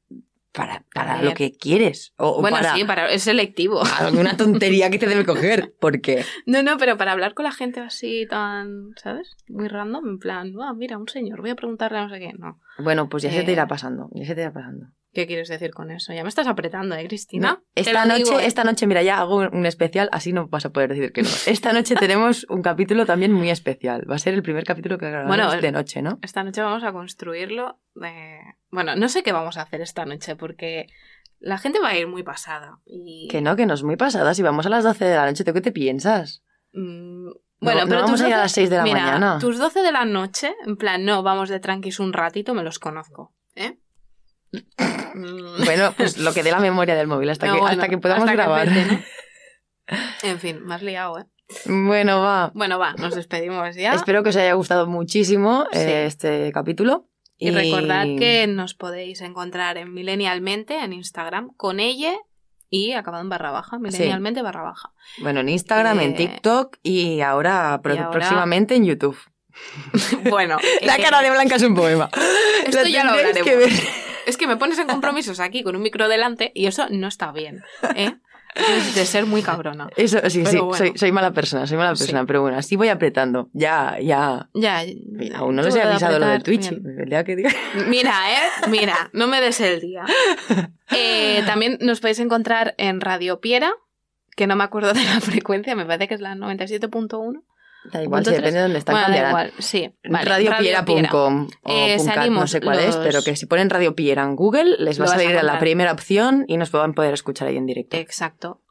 Speaker 6: Para, para
Speaker 5: Joder.
Speaker 6: lo que quieres. O, o
Speaker 5: bueno,
Speaker 6: para
Speaker 5: sí, para, es selectivo.
Speaker 6: alguna tontería que te debe coger. Porque
Speaker 5: No, no, pero para hablar con la gente así tan, ¿sabes? Muy random, en plan, ah, mira, un señor, voy a preguntarle a no sé qué. No.
Speaker 6: Bueno, pues ya se te
Speaker 5: Eh.
Speaker 6: irá pasando, ya se te irá pasando.
Speaker 5: ¿Qué quieres decir con eso? Ya me estás apretando, ¿eh, Cristina? Te
Speaker 6: Esta
Speaker 5: lo digo,
Speaker 6: noche,
Speaker 5: ¿eh?
Speaker 6: esta noche, mira, ya hago un especial, así no vas a poder decir que no. Esta noche tenemos un capítulo también muy especial. Va a ser el primer capítulo que grabamos
Speaker 5: Bueno, el-
Speaker 6: de noche, ¿no?
Speaker 5: Esta noche vamos a construirlo. de- Bueno, no sé qué vamos a hacer esta noche porque la gente va a ir muy pasada. Y...
Speaker 6: Que no, que nos muy pasadas. Si vamos a las 12 de la noche, ¿tú qué te piensas?
Speaker 5: Mm, Bueno,
Speaker 6: no
Speaker 5: pero
Speaker 6: vamos
Speaker 5: tus
Speaker 6: a ir a
Speaker 5: 12
Speaker 6: las 6 de la
Speaker 5: Mira,
Speaker 6: mañana.
Speaker 5: Tus 12 de la noche, en plan, no, vamos de tranquis un ratito, me los conozco. ¿eh?
Speaker 6: Bueno, pues lo que dé la memoria del móvil hasta,
Speaker 5: Mm. No,
Speaker 6: que,
Speaker 5: bueno,
Speaker 6: hasta que podamos
Speaker 5: hasta que
Speaker 6: grabar.
Speaker 5: apriete, ¿no? En fin, más liado, ¿eh?
Speaker 6: Bueno, va.
Speaker 5: Bueno, va, nos despedimos ya.
Speaker 6: Espero que os haya gustado muchísimo
Speaker 5: Sí.
Speaker 6: eh, este capítulo.
Speaker 5: Y, recordad que nos podéis encontrar en Millennialmente, en Instagram, con ella y acabado en barra baja, Millennialmente barra baja.
Speaker 6: Bueno, en Instagram, en
Speaker 5: Eh,
Speaker 6: TikTok y ahora, pro-
Speaker 5: y ahora-
Speaker 6: próximamente en YouTube.
Speaker 5: Bueno,
Speaker 6: La
Speaker 5: eh,
Speaker 6: cara de Blanca es un poema.
Speaker 5: esto
Speaker 6: Lo
Speaker 5: ya lo
Speaker 6: tendréis
Speaker 5: hablaremos.
Speaker 6: que ver.
Speaker 5: Es que me pones en compromisos aquí con un micro delante y eso no está bien, ¿eh? Es de ser muy cabrona.
Speaker 6: Eso, sí,
Speaker 5: Pero
Speaker 6: sí,
Speaker 5: bueno.
Speaker 6: soy, soy mala persona, soy mala persona, pero bueno, así voy apretando. Ya, ya.
Speaker 5: Ya,
Speaker 6: Aún no
Speaker 5: tú
Speaker 6: les he
Speaker 5: lo de
Speaker 6: avisado lo de
Speaker 5: apretar,
Speaker 6: Twitch. El día que diga.
Speaker 5: Mira, ¿eh? Mira, no me des el día. Eh, también nos podéis encontrar en Radio Piera, que no me acuerdo de la frecuencia, me parece que es la 97.1.
Speaker 6: Da igual,
Speaker 5: Punto tres.
Speaker 6: si depende de dónde están,
Speaker 5: Bueno, da
Speaker 6: cambiarán.
Speaker 5: igual, sí. vale,
Speaker 6: Radiopiera.com o
Speaker 5: Eh,
Speaker 6: puncat, no
Speaker 5: salimos
Speaker 6: sé cuál es,
Speaker 5: los-
Speaker 6: pero que si ponen Radio Piera en Google les va
Speaker 5: Lo vas
Speaker 6: a
Speaker 5: a
Speaker 6: salir la
Speaker 5: encontrar.
Speaker 6: primera opción y nos van a poder escuchar ahí en directo.
Speaker 5: Exacto.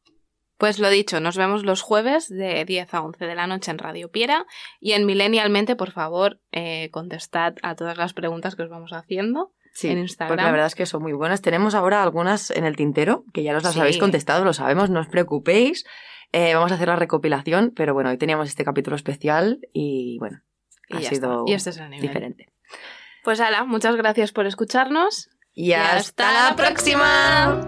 Speaker 5: Pues lo dicho, nos vemos los jueves de 10 a 11 de la noche en Radio Piera y en Millennialmente, por favor, eh, contestad a todas las preguntas que os vamos haciendo
Speaker 6: Sí,
Speaker 5: en Instagram.
Speaker 6: Porque la verdad es que son muy buenas. Tenemos ahora algunas en el tintero, que ya nos las
Speaker 5: Sí.
Speaker 6: habéis contestado, lo sabemos, no os preocupéis. Eh, vamos a hacer la recopilación, pero bueno, hoy teníamos este capítulo especial y bueno,
Speaker 5: Y
Speaker 6: ha
Speaker 5: ya
Speaker 6: sido
Speaker 5: está. Y este es el nivel.
Speaker 6: diferente.
Speaker 5: Pues ala, muchas gracias por escucharnos.
Speaker 6: Y hasta
Speaker 5: la próxima.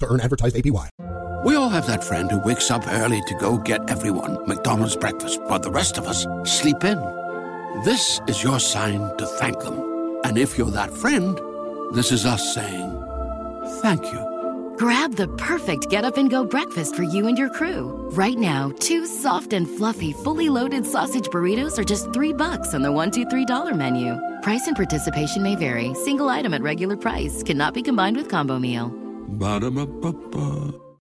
Speaker 22: to earn advertised APY.
Speaker 23: We all have that friend who wakes up early to go get everyone McDonald's breakfast, but the rest of us sleep in. This is your sign to thank them. And if you're that friend, this is us saying thank you.
Speaker 15: Grab the perfect get up and go breakfast for you and your crew. Right now, two soft and fluffy, fully loaded sausage burritos are just three bucks on the one, two, three dollar menu. Price and participation may vary. Single item at regular price cannot be combined with combo meal.